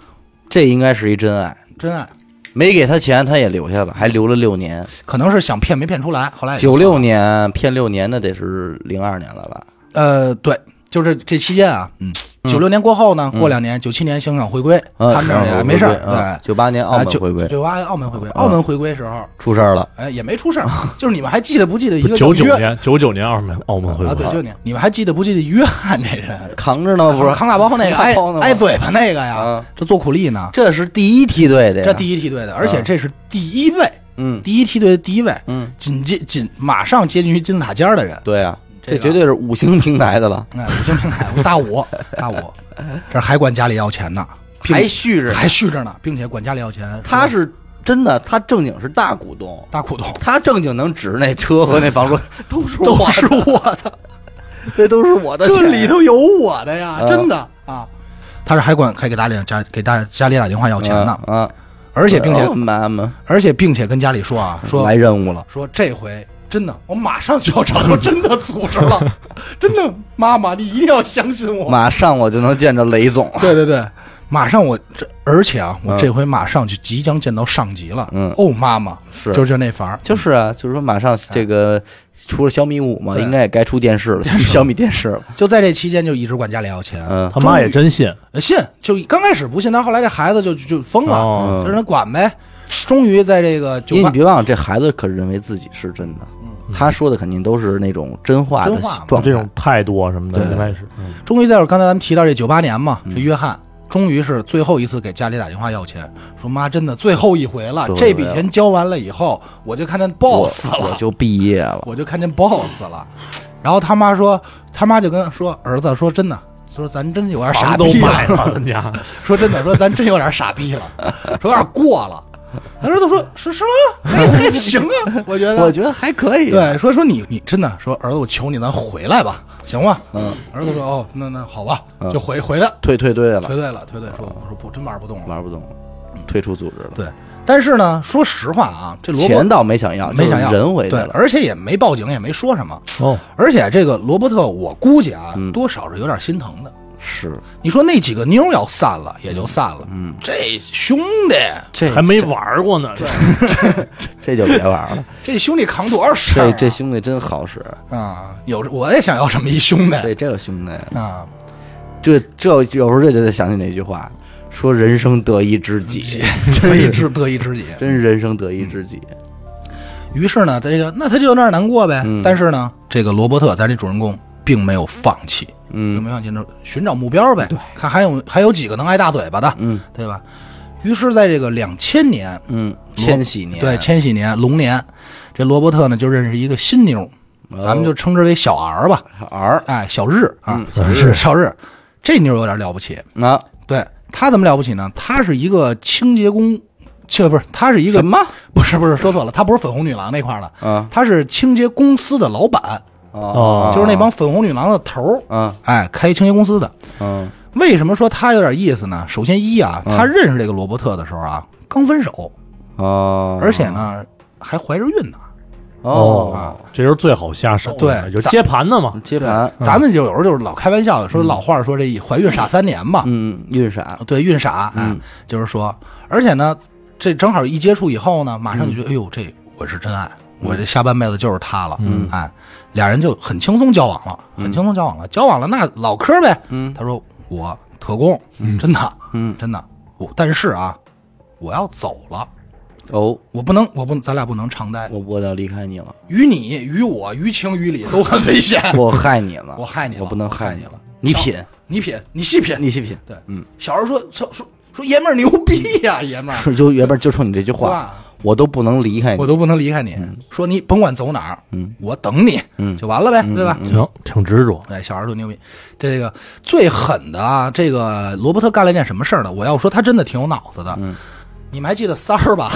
Speaker 1: 这应该是一真爱，
Speaker 2: 真爱。
Speaker 1: 没给他钱他也留下了，还留了六年，
Speaker 2: 可能是想骗没骗出来，后来也就
Speaker 1: 九
Speaker 2: 算了
Speaker 1: 六年骗六年，那得是零二年了吧？
Speaker 2: 呃，对，就是这期间啊，嗯，九六年过后呢，过两年，九七年香港回归，
Speaker 1: 嗯，
Speaker 2: 他们那儿也没事儿，对，
Speaker 1: 九八年澳
Speaker 2: 啊
Speaker 1: 门
Speaker 2: 九
Speaker 1: 回归啊
Speaker 2: 九八澳门回归，澳门回归时候，
Speaker 1: 出事儿了，
Speaker 2: 哎，也没出事儿，
Speaker 1: 啊
Speaker 2: 就是你们还记得不记得一个
Speaker 3: 九九
Speaker 2: 叫约
Speaker 3: 年，九九年澳门澳门会
Speaker 2: 啊？对，
Speaker 3: 馆，
Speaker 2: 九年，你们还记得不记得约翰这人？
Speaker 1: 扛着啊呢，不是？哦
Speaker 2: 扛大包
Speaker 1: [LAUGHS]
Speaker 2: 那个
Speaker 1: 扛大
Speaker 2: 挨
Speaker 1: 包呢
Speaker 2: 挨嘴巴那个呀
Speaker 1: 啊，
Speaker 2: 这做苦力呢，
Speaker 1: 这是第一梯队的呀，
Speaker 2: 这第一梯队的，而
Speaker 1: 啊
Speaker 2: 且这是第一位，
Speaker 1: 嗯
Speaker 2: 第一梯队的第一位，
Speaker 1: 嗯，
Speaker 2: 紧接紧马上接近于金字塔尖儿的人，
Speaker 1: 对啊，
Speaker 2: 这个
Speaker 1: 这绝对是五星平台的了，
Speaker 2: 哎，五星平台，我大五，
Speaker 1: [LAUGHS]
Speaker 2: 大五，这还管家里要钱呢，并
Speaker 1: 还续着呢，
Speaker 2: 还续着呢，并且管家里要钱，
Speaker 1: 他
Speaker 2: 说
Speaker 1: 是真的，他正经是大股东，
Speaker 2: 大股东，
Speaker 1: 他正经能指着那车和那房说都 [LAUGHS] 是我
Speaker 2: [LAUGHS] 都是
Speaker 1: 我的， [LAUGHS] 这都是我的钱，
Speaker 2: 头有我的呀
Speaker 1: 啊
Speaker 2: 的啊。他是还管还给家里家给大家里打电话要
Speaker 1: 有
Speaker 2: 钱呢，
Speaker 1: 啊，啊
Speaker 2: 而且并且
Speaker 1: 哦妈妈
Speaker 2: 而且并且跟家里说啊，说
Speaker 1: 来任务了，
Speaker 2: 说这回真的，我马上就要找到真的组织
Speaker 1: [LAUGHS]
Speaker 2: 了，真的，妈妈，你一定要相信我。
Speaker 1: 马上我就能见着雷总，
Speaker 2: 对对对，马上我这，而且啊，我
Speaker 1: 嗯
Speaker 2: 这回马上就即将见到上级了。
Speaker 1: 嗯
Speaker 2: 哦，妈妈，
Speaker 1: 是
Speaker 2: 就就那法儿，
Speaker 1: 就是啊，就是说马上这个除了小米五嘛，
Speaker 2: 对
Speaker 1: 应该也该出电视了，小米电视了。
Speaker 2: 就在这期间就一直管家里要钱。呃
Speaker 1: 嗯
Speaker 3: 他妈也真信
Speaker 2: 信就刚开始不信，但后来这孩子就就就疯了，
Speaker 3: 哦
Speaker 2: 就让他管呗。终于在这个
Speaker 1: 因
Speaker 2: 酒
Speaker 1: 为
Speaker 2: 吧
Speaker 1: 你别忘了，这孩子可认为自己是真的，他说的肯定都是那种真话的
Speaker 2: 嗯真话嘛
Speaker 1: 状态。
Speaker 3: 这种态度啊什么的，
Speaker 1: 对
Speaker 3: 应该是嗯
Speaker 2: 终于在刚才咱们提到这九八年嘛，
Speaker 1: 嗯
Speaker 2: 这约翰终于是最后一次给家里打电话要钱，说妈真的最后一回
Speaker 1: 最
Speaker 2: 了，
Speaker 1: 后一
Speaker 2: 这
Speaker 1: 回
Speaker 2: 笔
Speaker 1: 了
Speaker 2: 钱交完了以后，我就看见
Speaker 1: 我
Speaker 2: boss
Speaker 1: 我
Speaker 2: 了，
Speaker 1: 就毕业了，
Speaker 2: 我就看见 boss 了。然后他妈说，他妈就跟他说儿子说真的，说咱真有点傻
Speaker 3: 嗯房都
Speaker 2: [LAUGHS] 逼啊
Speaker 3: 卖
Speaker 2: 了，
Speaker 3: 了，人家
Speaker 2: 说真的，说咱真有点傻逼了， [LAUGHS] 说有点过了。他儿子说是是吗？哎，
Speaker 1: [LAUGHS]
Speaker 2: 哎行啊， [LAUGHS] 我觉得
Speaker 1: 我觉得还可以。
Speaker 2: 对，说说你你真的说儿子，我求你，咱回来吧，行吗？
Speaker 1: 嗯，
Speaker 2: 儿子说哦，那那好吧，就回回来，
Speaker 1: 退退队了
Speaker 2: 退，队了，退队说我说不，真玩不动了。
Speaker 1: 玩不动了，退出组织了。
Speaker 2: 对，但是呢，说实话啊，这罗伯
Speaker 1: 钱倒没想要，
Speaker 2: 没想要
Speaker 1: 就是人回去
Speaker 2: 对，
Speaker 1: 了。
Speaker 2: 而且也没报警，也没说什么。
Speaker 3: 哦，
Speaker 2: 而且这个罗伯特，我估计啊，
Speaker 1: 嗯
Speaker 2: 多少是有点心疼的。
Speaker 1: 是，
Speaker 2: 你说那几个妞儿要散了，也就散了。嗯，这兄弟，
Speaker 1: 这
Speaker 3: 还没玩过呢，
Speaker 1: 这就别玩
Speaker 2: [LAUGHS]
Speaker 1: 了。
Speaker 2: 这兄弟扛多少事儿
Speaker 1: 这
Speaker 2: 啊？
Speaker 1: 这兄弟真好使，
Speaker 2: 啊，有我也想要这么一兄弟
Speaker 1: 这这个兄弟，
Speaker 2: 啊，
Speaker 1: 这这有时候这就得想起那句话，说人生得一知己，
Speaker 2: 得一知得一知
Speaker 1: [LAUGHS]
Speaker 2: 己。
Speaker 1: 真是人生得一知己。嗯
Speaker 2: 于是呢，这个那他就有点难过呗。但是呢，这个罗伯特，咱这主人公，并没有放弃，并
Speaker 1: 嗯
Speaker 2: 没有放弃，那寻找目标呗，看还有还有几个能挨大嘴巴的，
Speaker 1: 嗯
Speaker 2: 对吧？于是，在这个两千年，
Speaker 1: 嗯，千禧年
Speaker 2: 对，千禧年龙年，这罗伯特呢就认识一个新妞，咱们就称之为小 R 吧，
Speaker 1: 哦儿
Speaker 2: 哎，小日啊，
Speaker 1: 嗯
Speaker 3: 小日
Speaker 2: 是小日，这妞有点了不起。
Speaker 1: 啊，
Speaker 2: 对他怎么了不起呢？他是一个清洁工，这不是，他是一个
Speaker 1: 什么
Speaker 2: [LAUGHS] 不是不是说错了，他不是粉红女郎那块儿的，
Speaker 1: 啊
Speaker 2: 他是清洁公司的老板，
Speaker 1: 啊，
Speaker 2: 哦就是那帮粉红女郎的头儿，
Speaker 1: 啊
Speaker 2: 哎，开清洁公司的。
Speaker 1: 嗯
Speaker 2: 为什么说他有点意思呢？首先一啊，
Speaker 1: 嗯哦
Speaker 2: 他认识这个罗伯特的时候啊，刚分手，
Speaker 1: 啊，
Speaker 2: 而且呢还怀着孕呢。
Speaker 1: 哦，
Speaker 3: 这就是最好下手的，
Speaker 2: 对
Speaker 3: 有接盘的嘛，
Speaker 1: 接
Speaker 2: 对
Speaker 1: 盘，嗯
Speaker 2: 咱们就有时候就是老开玩笑说老话说这一怀孕傻三年嘛，
Speaker 1: 嗯，运傻，
Speaker 2: 对，孕傻，哎
Speaker 1: 嗯，
Speaker 2: 就是说，而且呢，这正好一接触以后呢，马上就觉
Speaker 1: 嗯
Speaker 2: 得，哎呦，这我是真爱，我这下半辈子就是他了，
Speaker 3: 嗯
Speaker 2: 哎，俩人就很轻松交往了，很轻松交往了，交往了那唠嗑呗，
Speaker 1: 嗯
Speaker 2: 他说我特工，真的，
Speaker 1: 嗯
Speaker 2: 真的，我但是啊，我要走了，
Speaker 1: 哦，
Speaker 2: 我不能，我不，咱俩不能常待，
Speaker 1: 我我要离开你了，
Speaker 2: 于你、于我、于情于理都很危险， [LAUGHS]
Speaker 1: 我害你了，
Speaker 2: 我害你了
Speaker 1: 我不能
Speaker 2: 我害
Speaker 1: 害
Speaker 2: 你
Speaker 1: 了
Speaker 2: 了，
Speaker 1: [LAUGHS] 你品，
Speaker 2: 你品，你细品，
Speaker 1: 你细品，
Speaker 2: 对，
Speaker 1: 嗯，
Speaker 2: 小孩说说说说爷们儿牛逼呀、爷们儿。
Speaker 1: 是就原本就冲你这句
Speaker 2: 对
Speaker 1: 话，
Speaker 2: 吧
Speaker 1: 我都不能离开你
Speaker 2: 我，都不能离开你。说你甭管走哪儿，
Speaker 1: 嗯
Speaker 2: 我等你，
Speaker 1: 嗯
Speaker 2: 就完了呗，对吧？
Speaker 3: 行，挺执着，
Speaker 2: 哎，小孩儿多牛逼！这个最狠的啊，这个罗伯特干了一件什么事儿呢？我要说他真的挺有脑子的。
Speaker 1: 嗯啊
Speaker 2: 你们还记得三
Speaker 1: [LAUGHS]
Speaker 2: 儿吧？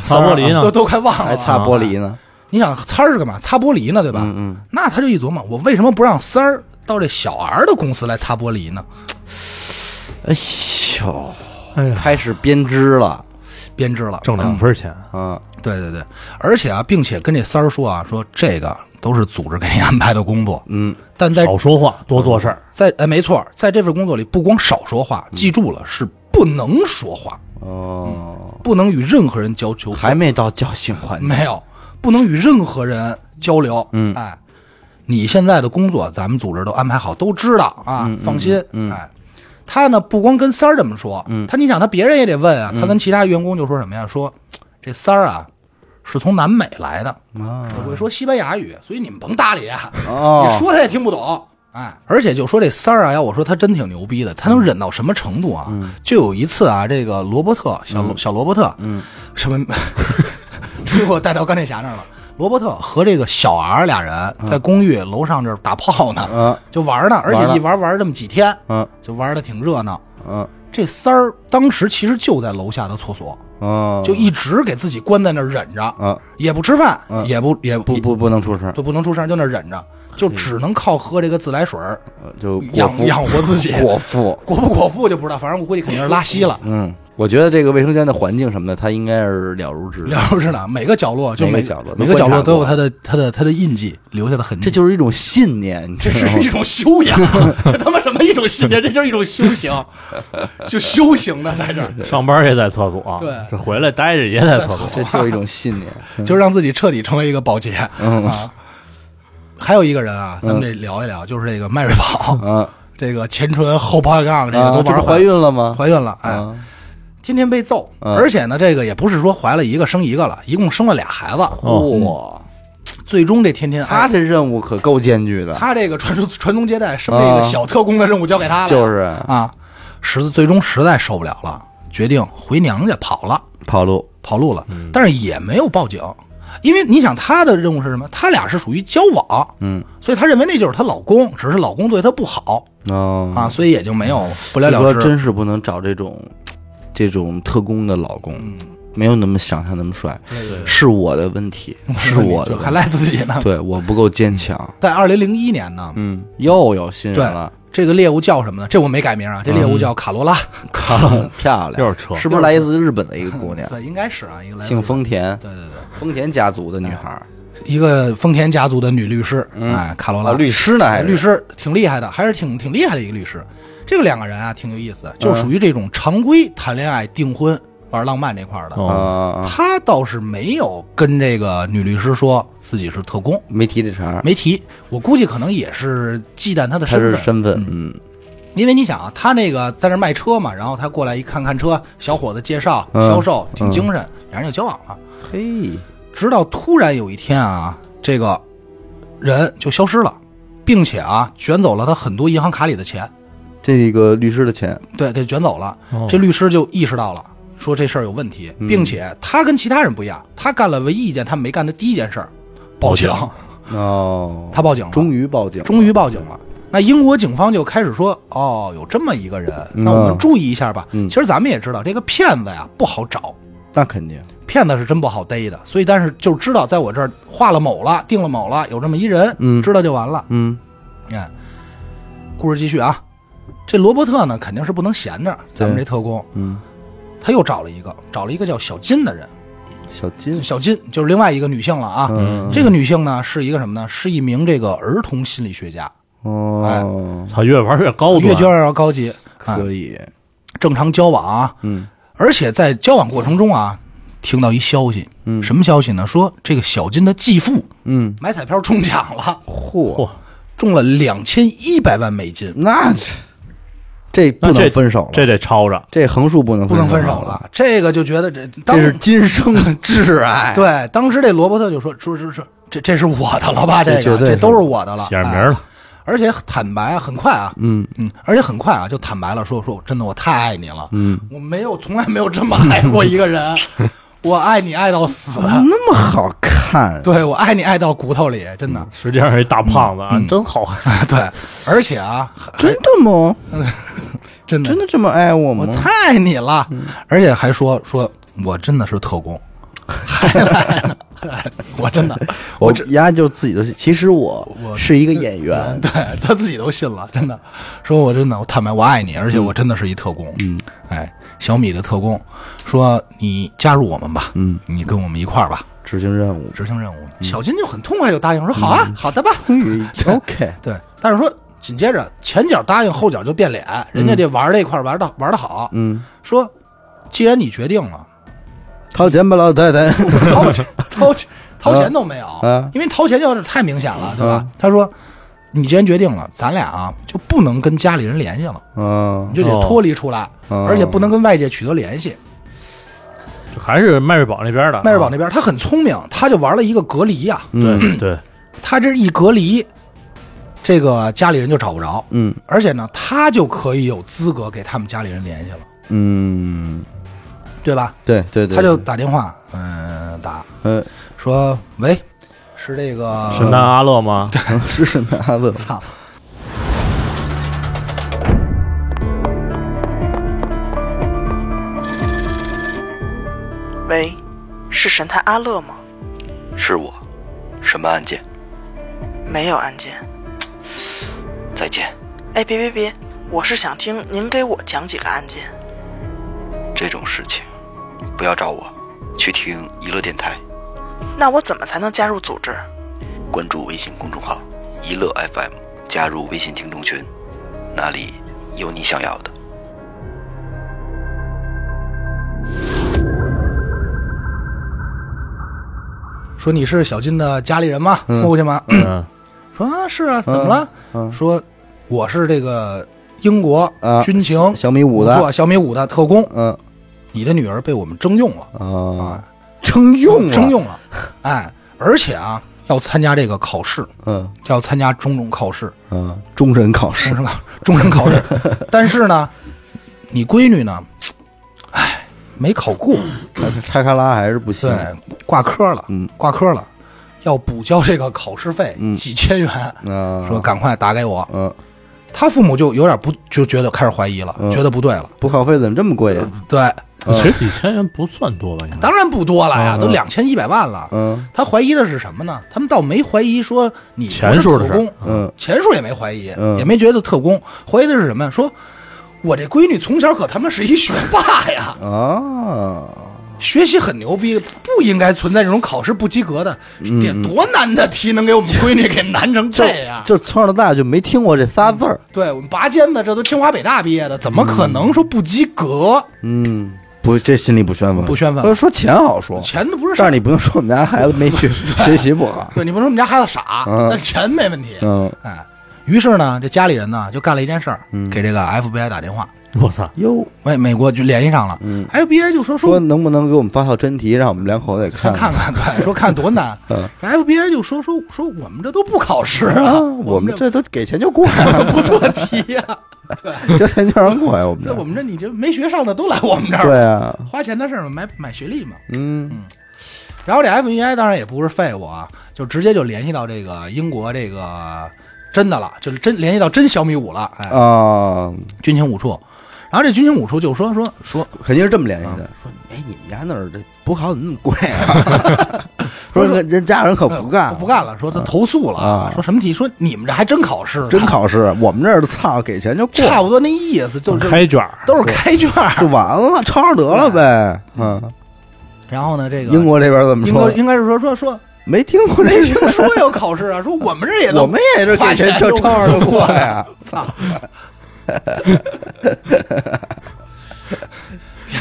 Speaker 3: 擦玻璃
Speaker 2: 都
Speaker 3: 呢，
Speaker 2: 都快忘了
Speaker 1: 还
Speaker 2: 啊。
Speaker 1: 擦玻璃呢，
Speaker 2: 你想三儿是干嘛？擦玻璃呢，对吧？
Speaker 1: 嗯嗯
Speaker 2: 那他就一琢磨，我为什么不让三儿到这小 R 的公司来擦玻璃呢？，啊
Speaker 1: 哎呦，
Speaker 3: 哎呀，
Speaker 1: 开始编织了，
Speaker 2: 编织了，嗯
Speaker 3: 挣两分钱，
Speaker 1: 啊，
Speaker 2: 对对对，而且啊，并且跟这三儿说啊，说这个都是组织给你安排的工作，
Speaker 1: 嗯，
Speaker 2: 但在
Speaker 3: 少说话，多做事儿，
Speaker 2: 在哎，没错，在这份工作里，不光少说话，记住了是不能说话，
Speaker 1: 嗯
Speaker 2: 嗯
Speaker 1: 哦，
Speaker 2: 不能与任何人交流，
Speaker 1: 还没到叫醒环节，
Speaker 2: 没有，不能与任何人交流。
Speaker 1: 嗯
Speaker 2: 哎，你现在的工作，咱们组织都安排好，都知道啊，
Speaker 1: 嗯
Speaker 2: 放心。哎，他呢，不光跟三儿这么说，
Speaker 1: 嗯
Speaker 2: 他你想，他别人也得问啊，他跟其他员工就说什么呀？说这三儿啊，是从南美来的，
Speaker 1: 啊，
Speaker 2: 只会说西班牙语，所以你们甭搭理啊。
Speaker 1: 哦，
Speaker 2: 你说他也听不懂。哎，而且就说这三儿啊，要我说他真挺牛逼的，他能忍到什么程度啊？就有一次啊，这个罗伯特小罗、小罗伯特，嗯，什么， [LAUGHS] 这给我带到钢铁侠那儿了。罗伯特和这个小 R 俩人在公寓楼上这儿打炮呢，
Speaker 1: 嗯
Speaker 2: 就嗯玩呢，而
Speaker 1: 玩了
Speaker 2: 且一玩玩这么几天，
Speaker 1: 嗯
Speaker 2: 就玩的挺热闹。
Speaker 1: 嗯
Speaker 2: 这三儿当时其实就在楼下的厕所，
Speaker 1: 嗯，
Speaker 2: 就一直给自己关在那儿忍着，
Speaker 1: 啊，
Speaker 2: 也不吃饭，
Speaker 1: 嗯
Speaker 2: 也嗯不嗯也
Speaker 1: 不不不能出声，
Speaker 2: 都不能出声，就那儿忍着，就只能靠喝这个自来水儿
Speaker 1: 呃就果
Speaker 2: 养
Speaker 1: 腹
Speaker 2: 养活自己。
Speaker 1: 果腹，
Speaker 2: 果不果腹就不知道，反正我估计肯定是拉稀了。
Speaker 1: 嗯，我觉得这个卫生间的环境什么的，他应该是了如指掌，
Speaker 2: 了不知道每个角落，就
Speaker 1: 每个
Speaker 2: 每
Speaker 1: 角落都
Speaker 2: 每个角落
Speaker 1: 观察过
Speaker 2: 都有他的他的他的印记留下的痕迹。
Speaker 1: 这就是一种信念，你知
Speaker 2: 嗯这
Speaker 1: 道
Speaker 2: 是
Speaker 1: 吗
Speaker 2: 一？种
Speaker 1: [LAUGHS]
Speaker 2: 修养，这他妈什么一种信念？这就是一种修行，就修行呢，在这
Speaker 1: [LAUGHS]
Speaker 2: 儿
Speaker 3: 上班也在厕所，
Speaker 2: 对
Speaker 3: 这回来待着也在厕所，
Speaker 1: 这就是一种信念，
Speaker 2: 就是让自己彻底成为一个保洁
Speaker 1: 嗯
Speaker 2: 啊。还有一个人啊，咱们这聊一聊，就是这个迈锐宝，
Speaker 1: 啊，
Speaker 2: 这个前唇后八杠，这个哎都
Speaker 1: 啊这
Speaker 2: 玩
Speaker 1: 不怀
Speaker 2: 坏
Speaker 1: 孕了吗？
Speaker 2: 怀孕了，哎，
Speaker 1: 啊
Speaker 2: 天天被揍，
Speaker 1: 嗯
Speaker 2: 而且呢，这个也不是说怀了一个生一个了，一共生了俩孩子，
Speaker 3: 哦
Speaker 1: 哇，
Speaker 2: 最终这天天
Speaker 1: 他
Speaker 2: 哎
Speaker 1: 这任务可够艰巨的，
Speaker 2: 他这个传宗传宗接代，生这个
Speaker 1: 啊
Speaker 2: 小特工的任务交给他了，
Speaker 1: 就是
Speaker 2: 啊，实在最终实在受不了了，决定回娘家跑了，
Speaker 1: 跑路，
Speaker 2: 跑路了，
Speaker 1: 嗯
Speaker 2: 但是也没有报警，因为你想他的任务是什么？他俩是属于交往，
Speaker 1: 嗯，
Speaker 2: 所以他认为那就是她老公，只是老公对她不好
Speaker 1: 哦
Speaker 2: 啊，所以也就没有不了
Speaker 1: 就
Speaker 2: 了
Speaker 1: 说
Speaker 2: 之。
Speaker 1: 真是不能找这种这种特工的老公，
Speaker 2: 嗯
Speaker 1: 没有那么想象那么帅，是我的问题，是我的
Speaker 2: 就还
Speaker 1: 问
Speaker 2: 赖自己呢
Speaker 1: 题，。对我不够坚强。
Speaker 2: 在二零零一年呢，
Speaker 1: 嗯，又有新人
Speaker 2: 对
Speaker 1: 了，
Speaker 2: 这个猎物叫什么呢？这我没改名啊，这猎
Speaker 1: 嗯
Speaker 2: 物叫卡罗拉，
Speaker 1: 漂亮，
Speaker 3: 又是车
Speaker 1: 是不是来自日本的一个姑娘？
Speaker 2: [LAUGHS] 对，应该是啊，一哎个来自
Speaker 1: 嗯姓，丰田，
Speaker 2: 对对对，
Speaker 1: 丰田家族的女孩儿，
Speaker 2: 一个丰田家族的女律师，哎，卡罗拉，
Speaker 1: 啊律师呢还是
Speaker 2: 律师挺厉害的，还是挺挺厉害的一个律师。这个两个人啊，挺有意
Speaker 1: 嗯
Speaker 2: 思，就属于这种常规谈恋爱、订婚、玩浪漫这块儿的。
Speaker 1: 啊
Speaker 3: 哦，
Speaker 1: 啊，啊
Speaker 2: 他倒是没有跟这个女律师说自己是特工，
Speaker 1: 没提这茬儿，
Speaker 2: 没提。我估计可能也是忌惮他的
Speaker 1: 她
Speaker 2: 身
Speaker 1: 是
Speaker 2: 份，
Speaker 1: 身份，嗯
Speaker 2: 因为你想啊，他那个在那儿卖车嘛，然后他过来一看看车，小伙子介绍、
Speaker 1: 嗯
Speaker 2: 销售挺
Speaker 1: 嗯
Speaker 2: 精神，俩人就交往了。
Speaker 1: 嘿，
Speaker 2: 直到突然有一天啊，这个人就消失了，并且啊卷走了他很多银行卡里的钱，
Speaker 1: 这个律师的钱，
Speaker 2: 对，给卷走了。
Speaker 3: 哦
Speaker 2: 这律师就意识到了，说这事儿有问题，并且他跟其他人不一样，他干了唯一一件他没干的第一件事儿，报警，
Speaker 1: 哦，
Speaker 2: 他报警了，
Speaker 1: 终于报警，
Speaker 2: 终于报警了。那英国警方就开始说，哦，有这么一个人，那我们注意一下吧。
Speaker 1: 嗯
Speaker 2: 其实咱们也知道，这个骗子呀不好找，
Speaker 1: 那肯定，
Speaker 2: 骗子是真不好逮的，所以但是就知道在我这儿画了某了，定了某了，有这么一人，
Speaker 1: 嗯
Speaker 2: 知道就完了。
Speaker 1: 嗯，
Speaker 2: 你看，故事继续啊，这罗伯特呢肯定是不能闲着，咱们
Speaker 1: 对
Speaker 2: 这特工，
Speaker 1: 嗯，
Speaker 2: 他又找了一个，找了一个叫小金的人，
Speaker 1: 小金，
Speaker 2: 小金就是另外一个女性了啊。
Speaker 1: 嗯，
Speaker 2: 这个女性呢是一个什么呢？是一名这个儿童心理学家，
Speaker 1: 哦，
Speaker 3: 操，越玩越高端，
Speaker 2: 越觉得要高级。啊
Speaker 1: 可以，
Speaker 2: 正常交往啊，
Speaker 1: 嗯
Speaker 2: 而且在交往过程中啊，听到一消息，
Speaker 1: 嗯
Speaker 2: 什么消息呢？说这个小金的继父
Speaker 1: 嗯，
Speaker 2: 买彩票中奖了，
Speaker 1: 嚯，
Speaker 3: 嚯
Speaker 2: 中了两千一百万美金，
Speaker 1: 那这这不
Speaker 3: 那
Speaker 1: 能
Speaker 3: 这
Speaker 1: 分手了，
Speaker 3: 这得抄着。
Speaker 1: 这横竖不能
Speaker 2: 不能分手
Speaker 1: 手，
Speaker 2: 了。这个就觉得这当
Speaker 1: 这是今生的挚爱，
Speaker 2: 对，当时这罗伯特就说：“说说说，这这是我的了吧？
Speaker 1: 这
Speaker 2: 这
Speaker 1: 绝
Speaker 2: 个
Speaker 1: 对
Speaker 2: 这
Speaker 1: 是
Speaker 2: 都是我的了，
Speaker 3: 写上名
Speaker 2: 哎
Speaker 3: 儿了，
Speaker 2: 而且坦白，很快啊，
Speaker 1: 嗯
Speaker 2: 嗯，而且很快啊，就坦白了，说说我真的我太爱你了，
Speaker 1: 嗯，
Speaker 2: 我没有从来没有这么爱过一个人，我爱你爱到死，
Speaker 1: 那么好看，啊
Speaker 2: 对我爱你爱到骨头里，真的，
Speaker 3: 实际上是一大胖子
Speaker 2: 嗯
Speaker 3: 啊，真好
Speaker 2: [LAUGHS]
Speaker 3: 看。
Speaker 2: 对，而且啊，还
Speaker 1: 真的吗？
Speaker 2: 真的
Speaker 1: 真的这么爱我吗
Speaker 2: 我？哦太爱你了，而且还说说我真的是特工，还来呢，还来呢 [LAUGHS] 我真的，
Speaker 1: 我丫就自己都，其实我是一个演员，
Speaker 2: 对他自己都信了，真的，说我真的，我坦白我爱你，而且我真的是一特工，嗯，哎，小米的特工，说你加入我们吧，
Speaker 1: 嗯，
Speaker 2: 你跟我们一块儿吧，
Speaker 1: 执行任务，
Speaker 2: 执行任务。小金就很痛快就答应说好啊，好的吧，
Speaker 1: 终于 OK，
Speaker 2: 对，但是说紧接着前脚答应，后脚就变脸，人家这玩儿这块儿玩的玩的好，
Speaker 1: 嗯，
Speaker 2: 说既然你决定了，
Speaker 1: 掏钱吧，老太太，[LAUGHS]
Speaker 2: 掏钱掏钱掏钱都没有
Speaker 1: 啊，
Speaker 2: 因为掏钱要是太明显了，对吧
Speaker 1: 啊？
Speaker 2: 他说。你既然决定了，咱俩啊就不能跟家里人联系了，
Speaker 1: 嗯
Speaker 2: 你，就得
Speaker 3: 哦
Speaker 2: 脱离出来，
Speaker 1: 哦
Speaker 2: 而且不能跟外界取得联系。
Speaker 3: 这还是迈锐宝那边的，
Speaker 2: 迈锐宝那边他很聪明，他就玩了一个隔离呀、
Speaker 3: 那
Speaker 1: 嗯
Speaker 3: 啊对对，
Speaker 2: 他这一隔离，这个家里人就找不着，
Speaker 1: 嗯
Speaker 2: 而且呢，他就可以有资格给他们家里人联系了，
Speaker 1: 嗯，
Speaker 2: 对吧？
Speaker 1: 对对对，
Speaker 2: 他就打电话，嗯、打
Speaker 1: 呃
Speaker 2: 说喂，是这个
Speaker 3: 神探阿乐吗？
Speaker 1: 是沈大乐，
Speaker 2: 操！
Speaker 4: 喂，是神探阿乐吗？
Speaker 5: 是我，什么案件？
Speaker 4: 没有案件。
Speaker 5: 再见，
Speaker 4: 哎，别别别，我是想听您给我讲几个案件。
Speaker 5: 这种事情不要找我，去听娱乐电台，
Speaker 4: 那我怎么才能加入组织？
Speaker 5: 关注微信公众号“娱乐 FM”，加入微信听众群，那里有你想要的。
Speaker 2: 说你是小金的家里人吗？父亲吗？
Speaker 3: 嗯，
Speaker 2: 说啊是啊，怎么了？
Speaker 1: 嗯
Speaker 2: 说我是这个英国
Speaker 1: 啊
Speaker 2: 军情
Speaker 1: 小米五
Speaker 2: 不错
Speaker 1: 的，
Speaker 2: 小米五的特工，
Speaker 1: 嗯
Speaker 2: 你的女儿被我们征用了，
Speaker 1: 啊，征用了
Speaker 2: 征，用了，哎，而且啊要参加这个考试，
Speaker 1: 嗯
Speaker 2: 要参加中种考试，
Speaker 1: 嗯，终身考
Speaker 2: 终
Speaker 1: 试，
Speaker 2: 身考
Speaker 1: [LAUGHS]
Speaker 2: 终身考试，但是呢，你闺女呢，哎，没考过，
Speaker 1: 拆开拉还是不行，
Speaker 2: 对，挂科了，
Speaker 1: 嗯
Speaker 2: 挂科了，要补交这个考试费、
Speaker 1: 嗯
Speaker 2: 几千元，
Speaker 1: 啊，
Speaker 2: 说赶快打给我，
Speaker 1: 嗯，
Speaker 2: 他父母就有点不就觉得开始怀疑了，
Speaker 1: 嗯
Speaker 2: 觉得不对了，
Speaker 1: 补考费怎么这么贵呀？
Speaker 2: 对，
Speaker 3: 其实几千元不算多吧？应该
Speaker 2: 当然不多了呀，
Speaker 1: 嗯
Speaker 2: 都两千一百万了。
Speaker 1: 嗯
Speaker 2: 他怀疑的是什么呢？他们倒没怀疑说你不是
Speaker 3: 钱数的
Speaker 2: 特
Speaker 3: 事
Speaker 2: 工
Speaker 3: 儿，
Speaker 1: 嗯
Speaker 2: 钱数也没怀疑，
Speaker 1: 嗯
Speaker 2: 也没觉得特工，怀疑的是什么呀？说我这闺女从小可他妈是一学霸呀，
Speaker 1: 嗯啊，
Speaker 2: 学习很牛逼，不应该存在这种考试不及格的，
Speaker 1: 嗯
Speaker 2: 这多难的题能给我们闺女给难成这样？
Speaker 1: 就从小到大就没听过这仨字儿，
Speaker 2: 对我们拔尖的，这都清华北大毕业的，怎么可能说不及格？
Speaker 1: 嗯，不，这心里不宣愤，
Speaker 2: 不宣愤
Speaker 1: 说说钱好说，
Speaker 2: 钱啊都不是
Speaker 1: 嗯
Speaker 2: 事
Speaker 1: 但
Speaker 2: 儿
Speaker 1: 是你不能说我们
Speaker 2: [LAUGHS]
Speaker 1: 家孩子没学学习不好，
Speaker 2: 对，你不能说我们家孩子傻，
Speaker 1: 嗯
Speaker 2: 但是钱没问题。
Speaker 1: 嗯
Speaker 2: 哎，于是呢，这家里人呢就干了一件事儿，给这个 FBI 打电话，
Speaker 3: 我操，
Speaker 1: 哟，
Speaker 2: 美美国就联系上了。
Speaker 1: 嗯
Speaker 2: FBI 就说
Speaker 1: 说能不能给我们发套真题，让我们两口子也
Speaker 2: 先
Speaker 1: 看
Speaker 2: 看看，对，说看多难。
Speaker 1: 嗯
Speaker 2: FBI 就说说说我们这都不考试
Speaker 1: 啊
Speaker 2: 啊，？
Speaker 1: 我们这都给钱就过
Speaker 2: 我
Speaker 1: 呀，
Speaker 2: 们 [LAUGHS]
Speaker 1: [LAUGHS]
Speaker 2: 不做题呀、
Speaker 1: 嗯交钱就让过呀，我们
Speaker 2: 在我
Speaker 1: 这。
Speaker 2: 们这你这没学上的都来我们这儿，
Speaker 1: 对啊，
Speaker 2: 花钱的事儿嘛，买买学历嘛。
Speaker 1: 嗯，
Speaker 2: 然后这 FBI 当然也不是废物啊，就直接就联系到这个英国这个真的了，就是真联系到真小米五了，哎，
Speaker 1: 啊，
Speaker 2: 军情五处。然后这军情五处就说说说嗯
Speaker 1: 肯定是这么联系的。说，哎，你们家那儿这补考怎么那么贵啊？
Speaker 2: [LAUGHS]
Speaker 1: 说人家人可不干，
Speaker 2: 呃不干了，说他投诉了
Speaker 1: 啊
Speaker 2: 说什么题？说你们这还真考试呢，
Speaker 1: 真考试，我们这儿操给钱就过，
Speaker 2: 差不多那意思，就是
Speaker 3: 开卷儿，
Speaker 2: 都是开卷儿。
Speaker 1: 就完了，抄上得了呗。嗯，
Speaker 2: 然后呢，这个
Speaker 1: 英国这边怎么
Speaker 2: 英国
Speaker 1: 说？
Speaker 2: 应该是说说说
Speaker 1: 没听过
Speaker 2: 没
Speaker 1: 这
Speaker 2: 听
Speaker 1: 个，
Speaker 2: 说有考试啊，说我们这也
Speaker 1: 我
Speaker 2: 都
Speaker 1: 们也是给钱就抄上就过呀。
Speaker 2: [LAUGHS] 操，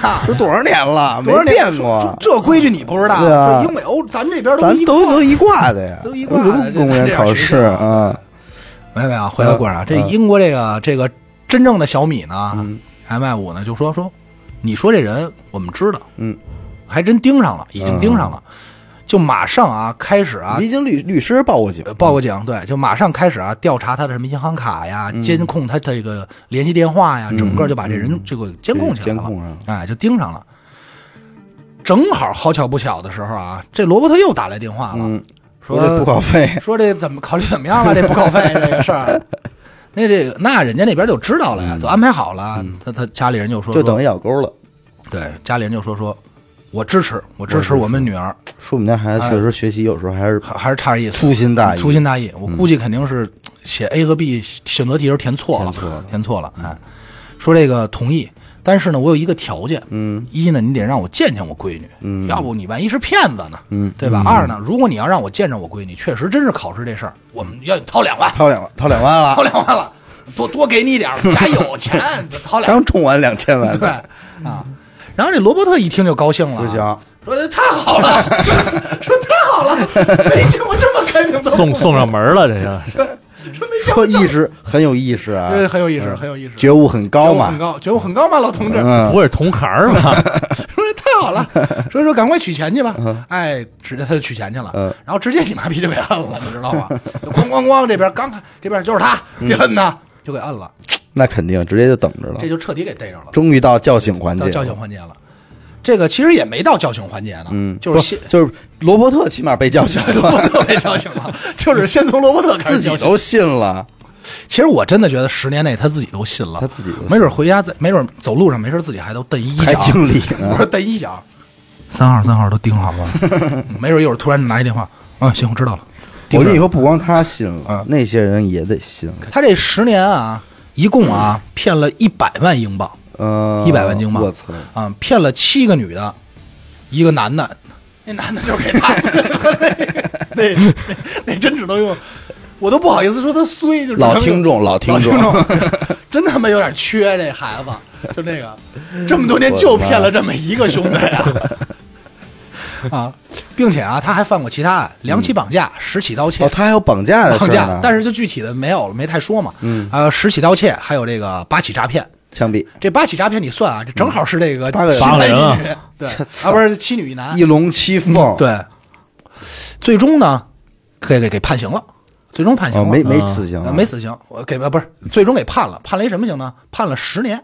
Speaker 2: 呀，
Speaker 1: 都多少年了，没
Speaker 2: 多少年
Speaker 1: 变
Speaker 2: 说
Speaker 1: 过，
Speaker 2: 这规矩你不知道？
Speaker 1: 对啊
Speaker 2: 说英美欧，咱这边都
Speaker 1: 咱
Speaker 2: 一
Speaker 1: 都
Speaker 2: 贯
Speaker 1: 都一挂的呀，
Speaker 2: 都一挂的
Speaker 1: 都公务员考试啊。
Speaker 2: 没有没有，回到过儿啊，这
Speaker 1: 嗯
Speaker 2: 英国这个这个真正的小米呢
Speaker 1: 嗯
Speaker 2: ，MI 五呢，就说说，你说这人我们知道，
Speaker 1: 嗯，
Speaker 2: 还真盯上了，已经盯上了，就马上啊开始啊
Speaker 1: 你已经律律师报过警
Speaker 2: 呃，报过警，对，就马上开始啊，调查他的什么银行卡呀，
Speaker 1: 嗯
Speaker 2: 监控他这个联系电话呀，整个就把这人这个监控起来
Speaker 1: 监
Speaker 2: 了，
Speaker 1: 控上，
Speaker 2: 哎，就盯上了。正好好巧不巧的时候啊，这罗伯特又打来电话了，
Speaker 1: 嗯，
Speaker 2: 说
Speaker 1: 这补考 [LAUGHS] 费，
Speaker 2: 说这怎么考虑怎么样了？这补考费这个事儿，那这个那人家那边就知道了呀，就安排好了。他他家里人就说，
Speaker 1: 嗯就
Speaker 2: 说
Speaker 1: 等于咬钩了。
Speaker 2: 对家里人就说说，我支持，我支持我们女儿，
Speaker 1: 说我们家孩子确实学习有时候还是
Speaker 2: 还还是差点意思，嗯
Speaker 1: 粗心大意，嗯
Speaker 2: 粗心大意，我估计肯定是写 A 和 B 选择题时候填错了，
Speaker 1: 填
Speaker 2: 填
Speaker 1: 错
Speaker 2: 错
Speaker 1: 了
Speaker 2: 了，哎，说这个同意，但是呢，我有一个条件，嗯，一呢，你得让我见见我闺女，嗯，要不你万一是骗子呢，嗯，对吧？二呢，如果你要让我见着我闺女，确实真是考试这事儿，我们要掏两万，
Speaker 1: 掏两万，掏两万
Speaker 2: 掏
Speaker 1: 了，
Speaker 2: 两万了，多多给你点儿，家有钱，掏两万，
Speaker 1: 刚中完两千万，
Speaker 2: 对啊。然后这罗伯特一听就高兴了，
Speaker 1: 不行，
Speaker 2: 说太好了，说太好了，没见过这么开明的父母
Speaker 3: 送送上门了，这是
Speaker 2: 说没见
Speaker 1: 说
Speaker 2: 过这么
Speaker 1: 意识很有意识啊，
Speaker 2: 这很有意思，很有意思，
Speaker 1: 觉悟很高
Speaker 2: 觉悟
Speaker 1: 嘛
Speaker 2: 很，高，觉悟很高嘛，老同志，
Speaker 1: 嗯
Speaker 3: 不，会是同行儿吧？
Speaker 2: 说这太
Speaker 1: [LAUGHS]
Speaker 2: 好了，说说赶快取钱去吧，哎，直接他就取钱去了
Speaker 1: 嗯，
Speaker 2: 然后直接你妈逼就给摁了，你知道吗？就咣咣咣，这边刚看这边就是他，别摁
Speaker 1: 嗯
Speaker 2: 他，就给摁了，
Speaker 1: 那肯定直接就等着了
Speaker 2: 这。就彻底给逮着了，
Speaker 1: 终于到叫醒环节
Speaker 2: 到
Speaker 1: 了，
Speaker 2: 叫醒环节了。这个其实也没到叫醒环节呢，
Speaker 1: 嗯，
Speaker 2: 就是
Speaker 1: 不
Speaker 2: 先 [LAUGHS]
Speaker 1: 就是罗伯特起码被叫醒
Speaker 2: 罗伯
Speaker 1: 了，
Speaker 2: 特被叫醒了，就是先从罗伯 [LAUGHS] 特开始
Speaker 1: 自己
Speaker 2: 叫醒。
Speaker 1: 都信了，
Speaker 2: 其实我真的觉得十年内他自己都信了，
Speaker 1: 他自己都信
Speaker 2: 没准回家在，没准走路上没事自己还都蹬一
Speaker 1: 还啊
Speaker 2: 脚，
Speaker 1: 敬礼呢
Speaker 2: 我说蹬一脚，三号三号都盯好了，
Speaker 1: [LAUGHS]
Speaker 2: 没准一会儿突然拿一电话，嗯，行，我知道了。
Speaker 1: 我
Speaker 2: 盯
Speaker 1: 跟
Speaker 2: 着
Speaker 1: 你说，不光他信了
Speaker 2: 嗯，
Speaker 1: 那些人也得信。
Speaker 2: 他这十年啊，一共啊骗了一百万英镑
Speaker 1: 呃，
Speaker 2: 100万英镑
Speaker 1: 我操！
Speaker 2: 啊，骗了七个女的，一个男的，那男的就是给他，那那那真只能用，我都不好意思说他衰，就只能
Speaker 1: 老听众，老听
Speaker 2: 老听
Speaker 1: 众，
Speaker 2: 众，真他妈有点缺这孩子，就那个这么多年就骗了这么一个兄弟
Speaker 1: [LAUGHS]
Speaker 2: 啊！啊，并且啊，他还犯过其他案，两起绑架、十起盗窃、
Speaker 1: 嗯哦，他还有绑架的
Speaker 2: 绑
Speaker 1: 事儿
Speaker 2: 架
Speaker 1: 呢，
Speaker 2: 但是就具体的没有了，没太说嘛。
Speaker 1: 嗯，
Speaker 2: 呃，十起盗窃，还有这个八起诈骗。
Speaker 1: 枪毙
Speaker 2: 这八起诈骗你算啊，这正好是这个
Speaker 1: 八个人
Speaker 2: 七男一
Speaker 3: 八个
Speaker 2: 女
Speaker 3: 人，
Speaker 2: 对
Speaker 1: 切操
Speaker 2: 啊，不是七女一男
Speaker 1: 一，龙七凤，，
Speaker 2: 对。最终呢，给给给判刑了，最终判刑
Speaker 1: 哦，
Speaker 2: 了，
Speaker 1: 没没死刑啊，
Speaker 2: 呃没死刑，我给吧不是，最终给判了，判了一什么刑呢？判了十年，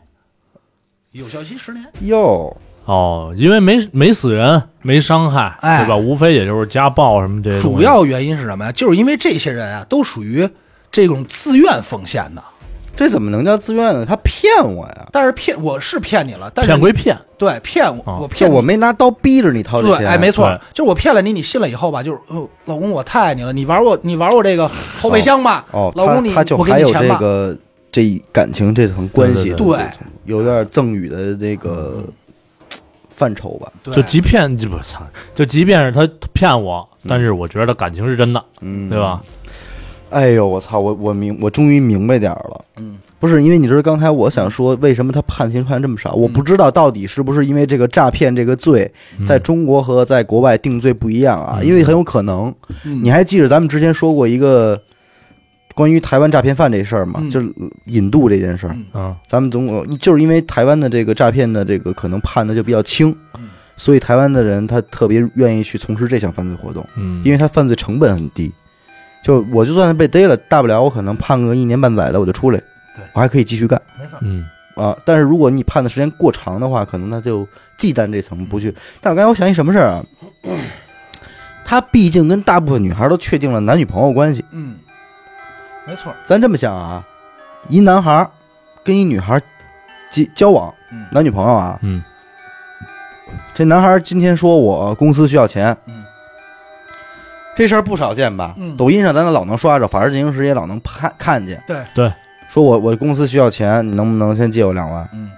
Speaker 2: 有效期十年。
Speaker 1: 哟，
Speaker 3: 哦，因为没没死人，没伤害，
Speaker 2: 哎
Speaker 3: 对吧？无非也就是家暴什么这些东西。
Speaker 2: 主要原因是什么呀？就是因为这些人啊，都属于这种自愿奉献的。
Speaker 1: 这怎么能叫自愿呢？他骗我呀！
Speaker 2: 但是骗我是骗你了，但是
Speaker 3: 骗归
Speaker 2: 你
Speaker 3: 骗，
Speaker 2: 对骗我，
Speaker 3: 啊
Speaker 2: 我
Speaker 1: 就
Speaker 2: 骗你
Speaker 1: 我没拿刀逼着你掏这
Speaker 2: 对，
Speaker 1: 些，
Speaker 2: 哎，没错
Speaker 3: 对，
Speaker 2: 就是我骗了你，你信了以后吧，就是、呃、老公我太爱你了，你玩我你玩我这个后备箱吧，
Speaker 1: 哦，
Speaker 2: 老
Speaker 1: 他
Speaker 2: 公你
Speaker 1: 他就
Speaker 2: 我给
Speaker 1: 还
Speaker 2: 你
Speaker 1: 有
Speaker 2: 钱
Speaker 1: 这
Speaker 2: 吧，
Speaker 1: 个这感情这层关系，
Speaker 3: 对
Speaker 2: 对对对，
Speaker 1: 有点赠与的那个范畴吧，
Speaker 2: 对
Speaker 3: 就即便就不操，就即便是他骗我，但是我觉得感情是真的，
Speaker 1: 嗯，
Speaker 3: 对？吧？
Speaker 1: 哎呦，我操！我我明我终于明白点儿了。
Speaker 2: 嗯，
Speaker 1: 不是因为你知道刚才我想说，为什么他判刑判这么
Speaker 2: 嗯
Speaker 1: 少？我不知道到底是不是因为这个诈骗这个罪，嗯
Speaker 2: 嗯
Speaker 3: 嗯
Speaker 1: 在中国和在国外定罪不一样啊？因为很有可能，
Speaker 2: 嗯
Speaker 1: 你还记得咱们之前说过一个关于台湾诈骗犯这事儿嘛，
Speaker 2: 嗯
Speaker 1: 就是引渡这件事儿，
Speaker 2: 嗯
Speaker 3: 嗯
Speaker 1: 咱们总共就是因为台湾的这个诈骗的这个可能判的就比较轻
Speaker 2: 嗯，
Speaker 1: 所以台湾的人他特别愿意去从事这项犯罪活动，
Speaker 3: 嗯，
Speaker 1: 因为他犯罪成本很低。就我就算被逮了，大不了我可能判个一年半载的我就出来
Speaker 2: 对，
Speaker 1: 我还可以继续干
Speaker 2: 没事儿，
Speaker 3: 嗯
Speaker 1: 啊。但是如果你判的时间过长的话，可能他就忌惮这层不去。但我刚才我想一什么事儿啊？他毕竟跟大部分女孩都确定了男女朋友关系，
Speaker 2: 嗯，没错儿，
Speaker 1: 咱这么想啊，一男孩儿跟一女孩儿结交往，
Speaker 2: 嗯
Speaker 1: 男女朋友啊，
Speaker 3: 嗯
Speaker 1: 这男孩儿今天说我公司需要钱，
Speaker 2: 嗯，
Speaker 1: 这事儿不少见吧？
Speaker 2: 嗯
Speaker 1: 抖音上咱老能刷着，法制进行时也老能看看见。
Speaker 2: 对
Speaker 3: 对，
Speaker 1: 说我我公司需要钱，你能不能先借我两万
Speaker 2: 嗯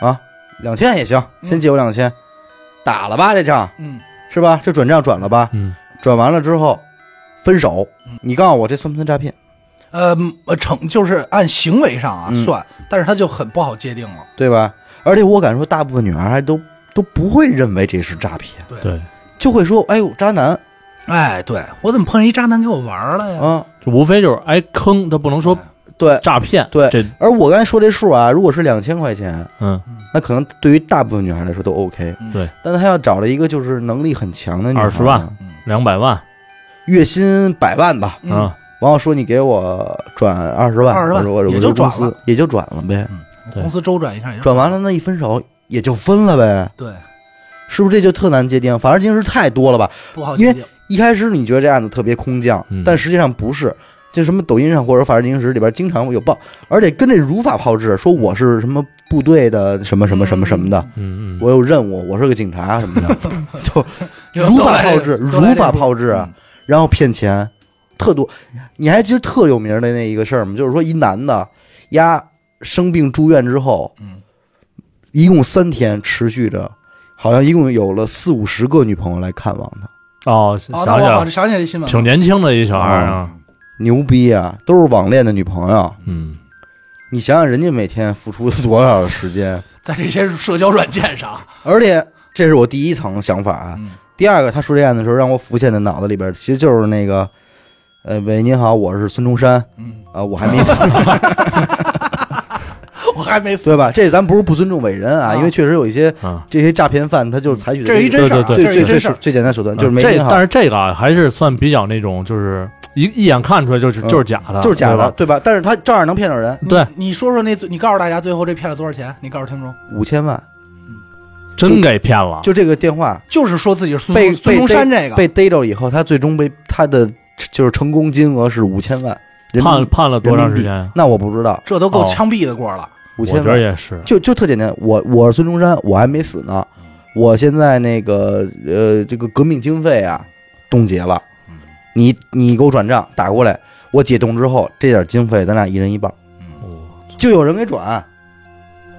Speaker 1: 啊？两千也行，
Speaker 2: 嗯
Speaker 1: 先借我两千，打了吧这仗
Speaker 2: 嗯
Speaker 1: 是吧？这转账转了吧？
Speaker 3: 嗯
Speaker 1: 转完了之后分手
Speaker 2: 嗯，
Speaker 1: 你告诉我这算不算诈骗？
Speaker 2: 呃嗯呃成就是按行为上啊
Speaker 1: 嗯
Speaker 2: 算，但是他就很不好界定了。
Speaker 1: 对吧？而且我敢说，大部分女孩还都都不会认为这是诈骗。
Speaker 3: 对，
Speaker 1: 就会说：“哎呦，渣男
Speaker 2: 哎，对我怎么碰上一渣男给我玩儿了呀？
Speaker 1: 啊
Speaker 3: 就无非就是挨坑，他不能说！”
Speaker 1: 对。
Speaker 3: 诈骗，
Speaker 1: 对
Speaker 3: 这
Speaker 1: 而我刚才说这数啊，如果是两千块钱，
Speaker 3: 嗯
Speaker 1: 那可能对于大部分女孩来说都 OK。
Speaker 2: 嗯
Speaker 3: 对，
Speaker 1: 但他要找了一个就是能力很强的女孩，
Speaker 3: 20万，
Speaker 2: 嗯
Speaker 3: 两百万
Speaker 1: 月薪百万吧，
Speaker 2: 嗯，
Speaker 3: 啊，
Speaker 1: 然后说你给我转二十万，
Speaker 2: 20万
Speaker 1: 我说我
Speaker 2: 也
Speaker 1: 我
Speaker 2: 就
Speaker 1: 这公
Speaker 2: 转
Speaker 1: 司也就转了呗，
Speaker 3: 对
Speaker 2: 嗯公司周转一下也
Speaker 1: 转完了那一分手也就分了呗，
Speaker 2: 对
Speaker 1: 是不是这就特难界定？反正经时太多了吧？
Speaker 2: 不好
Speaker 1: 因为
Speaker 2: 界定。
Speaker 1: 一开始你觉得这案子特别空降，
Speaker 3: 嗯
Speaker 1: 但实际上不是。就什么抖音上或者法制进行时里边经常有报，而且跟这如法炮制，说我是什么部队的什么什么什么什么的，
Speaker 3: 嗯嗯，
Speaker 1: 我有任务，我是个警察什么的，就如
Speaker 2: 都
Speaker 1: 法
Speaker 2: 来这
Speaker 1: 炮
Speaker 2: 个
Speaker 1: 制，
Speaker 2: 都来
Speaker 1: 如
Speaker 2: 这
Speaker 1: 法
Speaker 2: 步
Speaker 1: 炮制
Speaker 2: 嗯
Speaker 1: 啊，然后骗钱，特多。你还记得特有名的那一个事儿吗？就是说一男的，丫生病住院之后，
Speaker 2: 嗯
Speaker 1: 一共三天持续着，好像一共有了四五十个女朋友来看望他，
Speaker 3: 哦，
Speaker 2: 哦，
Speaker 3: 想
Speaker 2: 那我好
Speaker 3: 想
Speaker 2: 想起来这新闻
Speaker 3: 挺
Speaker 2: 了，
Speaker 3: 年轻的一小孩儿啊，
Speaker 1: 哦牛逼啊！都是网恋的女朋友，
Speaker 3: 嗯，
Speaker 1: 你想想人家每天付出多少时间，
Speaker 2: 在这些社交软件上，
Speaker 1: 而且这是我第一层想法啊。
Speaker 2: 嗯
Speaker 1: 第二个，他说这样的时候，让我浮现在脑子里边，其实就是那个，呃，喂，您好，我是孙中山，
Speaker 2: 嗯，
Speaker 1: 啊、我还
Speaker 2: [LAUGHS]
Speaker 1: 没，
Speaker 2: 我还没死，
Speaker 1: 对吧？这咱不是不尊重伟人啊，
Speaker 2: 啊
Speaker 1: 因为确实有一些
Speaker 3: 啊，
Speaker 1: 这些诈骗犯，他就是采取的
Speaker 2: 这是一
Speaker 1: 个
Speaker 2: 真事儿啊，
Speaker 3: 对
Speaker 1: 最
Speaker 2: 这是
Speaker 1: 最最
Speaker 2: 一真事
Speaker 1: 最
Speaker 2: 儿。
Speaker 1: 最简单手段，就是没
Speaker 3: 啊嗯这
Speaker 1: 您，好
Speaker 3: 但，是这个啊还是算比较那种，就是一一眼看出来就是
Speaker 1: 嗯
Speaker 3: 就是假的，
Speaker 1: 就是假
Speaker 3: 对
Speaker 1: 的，嗯
Speaker 3: 吧，
Speaker 1: 对吧？但是他照样能骗着人，
Speaker 2: 你
Speaker 3: 对，
Speaker 2: 你说说那最，你告诉大家最后这骗了多少钱？你告诉听众，
Speaker 1: 五千万，
Speaker 3: 啊真给骗了，
Speaker 1: 就这个电话
Speaker 2: 就是说自己是孙
Speaker 1: 被
Speaker 2: 中孙中
Speaker 1: 被
Speaker 2: 山这个，
Speaker 1: 被逮着以后，他最终被他的就是成功金额是五千万，人民
Speaker 3: 判判了多长时
Speaker 1: 人
Speaker 3: 间？
Speaker 1: 那我不知道，
Speaker 2: 这都
Speaker 3: 哦
Speaker 2: 够枪毙的过了。
Speaker 1: 五
Speaker 3: 我
Speaker 1: 千
Speaker 3: 觉
Speaker 1: 万
Speaker 3: 得也是，
Speaker 1: 就就特简单，我我是孙中山，我还没死呢，
Speaker 3: 嗯
Speaker 1: 我现在那个呃这个革命经费啊冻结了，
Speaker 3: 嗯
Speaker 1: 你你给我转账打过来，我解冻之后这点经费咱俩一人一半，
Speaker 3: 哦
Speaker 1: 就有人给转，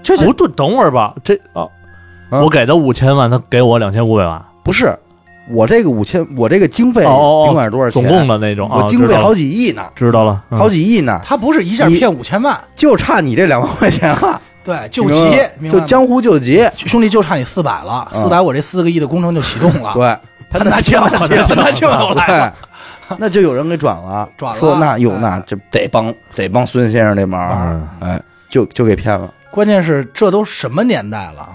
Speaker 1: 就是
Speaker 3: 不对，等会儿吧，这哦，
Speaker 1: 啊
Speaker 3: 我给他五千万，他给我两千五百万，
Speaker 1: 不是我这个五千，我这个经费
Speaker 3: 哦哦哦
Speaker 1: 甭管是多少钱，
Speaker 3: 总共的那种啊，
Speaker 1: 我经
Speaker 3: 知
Speaker 1: 费
Speaker 3: 道
Speaker 1: 好
Speaker 3: 了
Speaker 1: 几亿呢，
Speaker 3: 知道了，嗯
Speaker 1: 好几亿呢，
Speaker 2: 他不是一下
Speaker 1: 你
Speaker 2: 骗五千万，
Speaker 1: 就差你这两万块钱
Speaker 2: [LAUGHS]
Speaker 1: 了，
Speaker 2: 对，救
Speaker 1: 明
Speaker 2: 急
Speaker 1: 白吗，
Speaker 2: 明白
Speaker 1: 就
Speaker 2: 吗
Speaker 1: 江湖救急，
Speaker 2: 兄弟就差你四百了，
Speaker 1: 嗯
Speaker 2: 四百我这四个亿的工程就启动了。
Speaker 1: 对，
Speaker 2: 他拿枪，
Speaker 1: 他
Speaker 2: 他拿枪都来啊了。
Speaker 1: 对，哎那就有人给转了，
Speaker 2: [LAUGHS] 转了
Speaker 1: 说那有
Speaker 2: 哎
Speaker 1: 那这得帮得帮孙先生这忙，
Speaker 3: 嗯
Speaker 1: 哎，就就给骗了。
Speaker 2: [LAUGHS] 关键是这都什么年代了？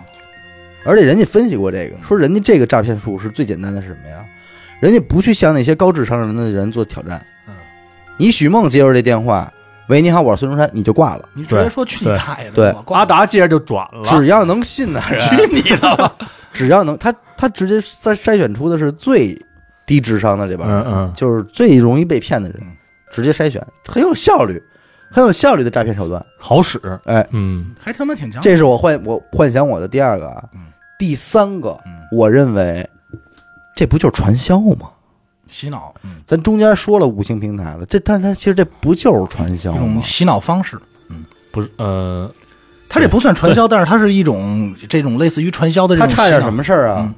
Speaker 1: 而且人家分析过这个，说人家这个诈骗术是最简单的是什么呀？人家不去向那些高智商人的人做挑战。
Speaker 2: 嗯，
Speaker 1: 你许梦接着这电话，喂，你好，我是孙中山，你就挂了。
Speaker 2: 你直接说去你大爷的！
Speaker 1: 对
Speaker 2: 我挂
Speaker 3: 阿达接着就转了，嗯
Speaker 1: 只要能信的人，
Speaker 2: 去你的吧！
Speaker 1: [LAUGHS] 只要能他他直接筛筛选出的是最低智商的这帮人，
Speaker 3: 嗯嗯
Speaker 1: 就是最容易被骗的人
Speaker 2: 嗯，
Speaker 1: 直接筛选，很有效率，很有效率的诈骗手段。
Speaker 3: 好使，
Speaker 1: 哎，
Speaker 3: 嗯
Speaker 2: 还他妈挺强。
Speaker 1: 这是我幻我幻想我的第二个啊
Speaker 2: 嗯，
Speaker 1: 第三个
Speaker 2: 嗯，
Speaker 1: 我认为这不就是传销吗？
Speaker 2: 洗脑，嗯，
Speaker 1: 咱中间说了五星平台了，这但它其实这不就是传销
Speaker 2: 一
Speaker 1: 吗
Speaker 2: 种？洗脑方式。
Speaker 3: 不是呃
Speaker 2: 它这不算传销，但是它是一种这种类似于传销的这
Speaker 1: 它
Speaker 2: 种洗脑。
Speaker 1: 差点什么事儿啊
Speaker 2: 嗯？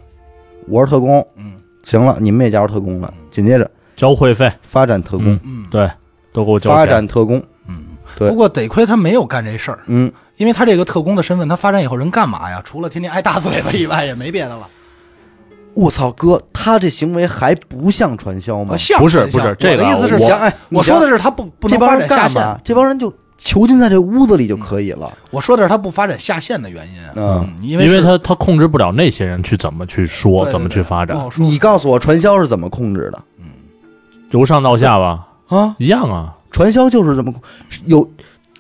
Speaker 1: 我是特工，
Speaker 2: 嗯
Speaker 1: 行了，你们也加入特工了。紧接着
Speaker 3: 交会费，
Speaker 1: 发展特工
Speaker 3: 嗯，
Speaker 2: 嗯
Speaker 3: 对，都给我交
Speaker 1: 发
Speaker 3: 钱，
Speaker 1: 展特工，
Speaker 2: 嗯。
Speaker 1: 对
Speaker 2: 不过得亏他没有干这事儿，
Speaker 1: 嗯，
Speaker 2: 因为他这个特工的身份，他发展以后人干嘛呀？除了天天挨大嘴巴以外，也没别的了。
Speaker 1: 我操哥，他这行为还不像传销吗
Speaker 2: 啊？像
Speaker 3: 不是
Speaker 2: 传销
Speaker 3: 不是这个
Speaker 2: 我的意思是
Speaker 3: 我
Speaker 2: 想，
Speaker 1: 哎
Speaker 2: 我
Speaker 1: 你想
Speaker 2: 说的是他不不
Speaker 1: 这
Speaker 2: 能
Speaker 1: 帮
Speaker 2: 发
Speaker 1: 人
Speaker 2: 展下
Speaker 1: 干
Speaker 2: 线嗯
Speaker 1: 嘛，？这帮人就囚禁在这屋子里就可以了。
Speaker 2: 我说的是他不发展下线的原因，
Speaker 1: 嗯，
Speaker 2: 因
Speaker 3: 因
Speaker 2: 为是
Speaker 3: 他他控制不了那些人去怎么去说，
Speaker 2: 对
Speaker 3: 怎么
Speaker 2: 对
Speaker 3: 去
Speaker 2: 对哦
Speaker 3: 发展
Speaker 2: 不，好说
Speaker 1: 你告诉我传销是怎么控制的
Speaker 3: 由上到下
Speaker 2: 嗯
Speaker 3: 吧，
Speaker 1: 啊？
Speaker 3: 一样啊。
Speaker 1: 传销就是这么控，有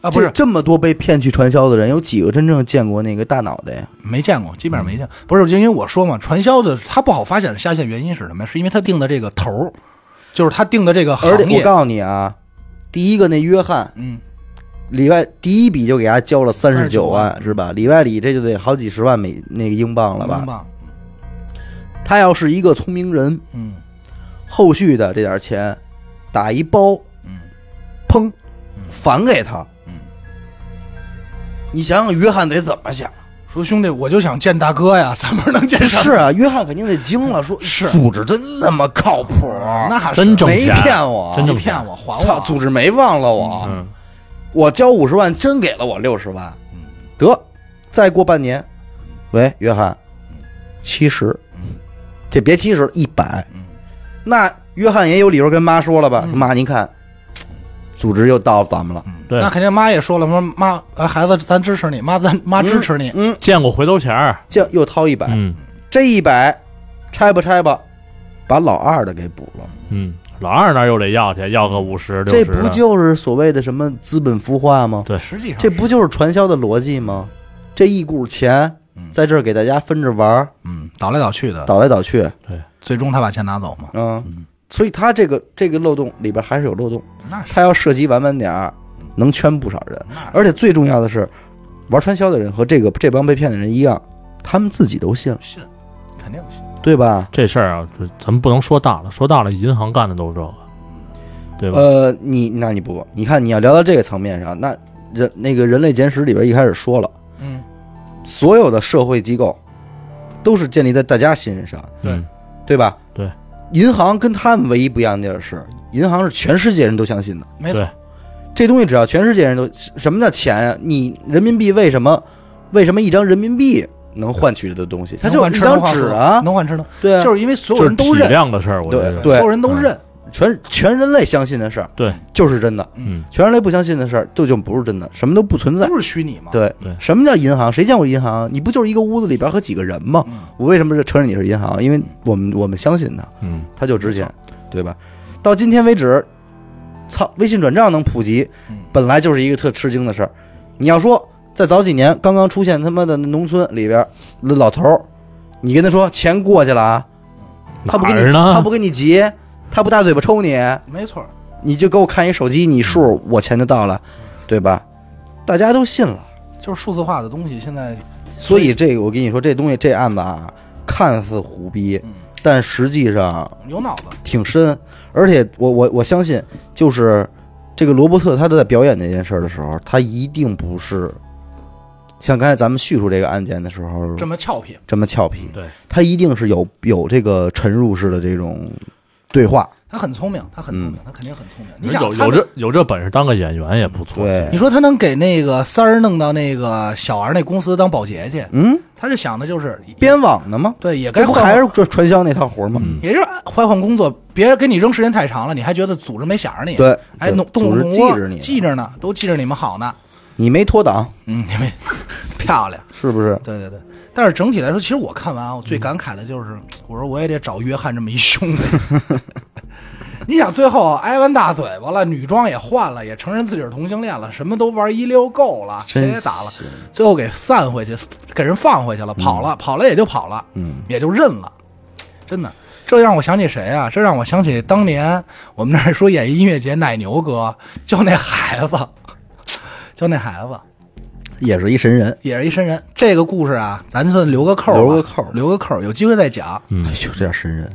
Speaker 2: 啊，不
Speaker 1: 这
Speaker 2: 是
Speaker 1: 这么多被骗去传销的人，有几个真正见过那个大脑袋呀？
Speaker 2: 没见过，基本上没见。
Speaker 1: 嗯
Speaker 2: 不是，就因为我说嘛，传销的他不好发展下线，原因是什么呀？是因为他定的这个头儿，就是他定的这个行
Speaker 1: 而且我
Speaker 2: 业。
Speaker 1: 告诉你啊，第一个那约翰
Speaker 2: 嗯，
Speaker 1: 里外第一笔就给他交了三十九
Speaker 2: 39
Speaker 1: 万
Speaker 2: 万
Speaker 1: 是吧？里外里这就得好几十万美那个英镑了吧
Speaker 2: 英？镑？
Speaker 1: 他要是一个聪明人，
Speaker 2: 嗯
Speaker 1: 后续的这点钱打一包，
Speaker 2: 嗯
Speaker 1: 砰，返给他。
Speaker 2: 嗯，
Speaker 1: 你想想约翰得怎么想？
Speaker 2: 说兄弟，我就想见大哥呀， [LAUGHS] 怎么能见上？
Speaker 1: 是啊，约翰肯定得惊了，说
Speaker 2: 是
Speaker 1: 组织真那么靠谱，
Speaker 2: 那是
Speaker 3: 真挣
Speaker 1: 没
Speaker 3: 钱
Speaker 1: 骗我，
Speaker 3: 真
Speaker 2: 你
Speaker 3: 挣钱
Speaker 2: 骗我，还
Speaker 1: 啊操，
Speaker 2: 我。
Speaker 1: 组织没忘了我，
Speaker 3: 嗯，
Speaker 1: 我交五十万，真给了我六十万，得，再过半年，喂，约翰，七十，这别七十，一百，
Speaker 3: 嗯
Speaker 1: 那约翰也有理由跟妈说了吧？妈，您看，组织又到咱们了，
Speaker 3: 对
Speaker 2: 那，肯定，妈也说了，说妈，啊孩子，咱支持你，妈，咱妈支持你。
Speaker 1: 嗯，
Speaker 3: 见过回头钱儿，
Speaker 1: 这又掏一百，
Speaker 3: 嗯
Speaker 1: 这一百拆吧拆吧，把老二的给补了，
Speaker 3: 嗯，老二那儿又得要去，要个五十六
Speaker 1: 这
Speaker 3: 十啊
Speaker 1: 不
Speaker 3: 的，
Speaker 1: 就是所谓的什么资本孵化吗？
Speaker 2: 实际上
Speaker 1: 这不就是传销的逻辑吗？这一股钱
Speaker 3: 嗯
Speaker 1: 在这儿给大家分着玩儿，
Speaker 2: 嗯，倒来倒去的，
Speaker 1: 倒来倒去，
Speaker 3: 对，
Speaker 2: 最终他把钱拿走嘛。
Speaker 1: 嗯，所以他这个这个漏洞里边还是有漏洞，
Speaker 2: 那是
Speaker 1: 他要涉及完完点儿，能圈不少人。而且最重要的是，玩传销的人和这个这帮被骗的人一样，他们自己都信，
Speaker 2: 信，肯定信。
Speaker 1: 对吧？
Speaker 3: 这事儿啊，就咱们不能说大了，说大了，银行干的都是这个，对吧？嗯
Speaker 1: 呃，你那你不，你看你要聊到这个层面上，那人那个《人类简史》里边一开始说了，
Speaker 2: 嗯，
Speaker 1: 所有的社会机构都是建立在大家信上，
Speaker 2: 对
Speaker 3: 嗯
Speaker 1: 对吧？
Speaker 3: 对，
Speaker 1: 银行跟他们唯一不一样的地儿是，银行是全世界人都相信的。
Speaker 2: 没错
Speaker 3: 对。
Speaker 1: 这东西只要全世界人都什么叫钱啊？你人民币为什么为什么一张人民币能换取的东西？它就
Speaker 2: 能换
Speaker 1: 一
Speaker 2: 吃
Speaker 1: 张
Speaker 2: 能换
Speaker 1: 纸
Speaker 2: 喝
Speaker 1: 啊，
Speaker 2: 能换吃能，
Speaker 1: 对啊，
Speaker 2: 就是因为所有
Speaker 3: 就是
Speaker 2: 人都
Speaker 3: 体
Speaker 2: 认，
Speaker 3: 量的事儿，我觉得，
Speaker 1: 对
Speaker 2: 所有人都
Speaker 3: 嗯
Speaker 2: 认，
Speaker 1: 全全人类相信的事儿
Speaker 3: 对，
Speaker 1: 就是真的，
Speaker 3: 嗯，
Speaker 1: 全人类不相信的事儿就就不是真的，什么都不存在。
Speaker 2: 都是虚拟嘛。，
Speaker 1: 对
Speaker 3: 对
Speaker 1: 什么叫银行？谁见过银行？你不就是一个屋子里边和几个人吗？
Speaker 2: 嗯
Speaker 1: 我为什么承认你是银行？因为我们我们相信它，
Speaker 3: 嗯，
Speaker 1: 它就值钱，对吧？到今天为止，操，微信转账能普及
Speaker 2: 嗯，
Speaker 1: 本来就是一个特吃惊的事儿。你要说在早几年刚刚出现他妈的农村里边那老头儿，你跟他说钱过去了啊，他不跟
Speaker 3: 哪
Speaker 1: 你
Speaker 3: 儿呢
Speaker 1: 他不跟你急，他不大嘴巴抽你，
Speaker 2: 没错。
Speaker 1: 你就给我看一手机，你数我钱就到了，对吧？大家都信了。
Speaker 2: 就是数字化的东西，现在
Speaker 1: 所以这个我跟你说，这东西这案子啊，看似虎逼，
Speaker 3: 嗯
Speaker 1: 但实际上
Speaker 2: 有脑子。
Speaker 1: 挺深。而且我我我相信，就是这个罗伯特他在表演这件事儿的时候，他一定不是像刚才咱们叙述这个案件的时候
Speaker 2: 这么俏皮，
Speaker 1: 这么俏皮，
Speaker 3: 对，
Speaker 1: 他一定是有有这个沉入式的这种对话。
Speaker 2: 他很聪明，他很聪明，他肯定很聪明。你想
Speaker 3: 有
Speaker 2: 他
Speaker 3: 有这有这本事当个演员也不错，
Speaker 1: 对
Speaker 2: 你，说他能给那个三儿弄到那个小儿那公司当保洁去，
Speaker 1: 嗯，
Speaker 2: 他是想的就是也
Speaker 1: 编网呢吗？
Speaker 2: 对，嗯也
Speaker 1: 这
Speaker 2: 该
Speaker 1: 不
Speaker 2: 换
Speaker 1: 还
Speaker 2: 换
Speaker 1: 是传传销那套活儿吗？
Speaker 2: 也就是换换工作，别给你扔时间太长了，你还觉得组织没想着你。
Speaker 1: 对
Speaker 2: 哎，
Speaker 1: 对
Speaker 2: 弄动
Speaker 1: 组织
Speaker 2: 动
Speaker 1: 记着你呢
Speaker 2: 记着呢，都记着你们好呢。
Speaker 1: 你没脱档
Speaker 2: 嗯，你们 [LAUGHS] 漂亮。
Speaker 1: 是不是？
Speaker 2: 对对对，但是整体来说，其实我看完啊，我最感慨的就是，我说我也得找约翰这么一兄弟。 [LAUGHS] 你想，最后挨完大嘴巴了，女装也换了，也承认自己是同性恋了，什么都玩一溜够了，谁也打了，最后给散回去，给人放回去了，跑了，跑了也就跑了，嗯，也就认了，真的。这让我想起谁啊？这让我想起当年我们那儿说演艺音乐节奶牛哥，就那孩子，就那孩子，
Speaker 1: 也是一神人。
Speaker 2: 也是一神人。这个故事啊，咱算留个扣儿吧，
Speaker 1: 留个扣儿
Speaker 2: 留个扣儿，有机会再讲。
Speaker 1: 哎呦，这点神人！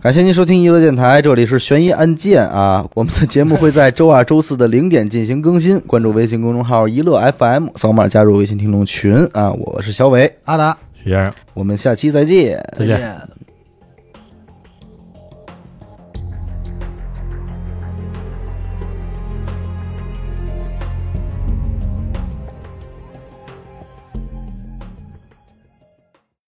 Speaker 1: 感谢您收听娱乐电台，这里是悬疑案件啊。我们的节目会在周二、周四的零点进行更新，关注微信公众号“一乐 FM”，扫码加入微信听众群啊。我是小伟，
Speaker 2: 阿达，
Speaker 3: 徐先生，
Speaker 1: 我们下期再见。
Speaker 3: 再见。
Speaker 2: 见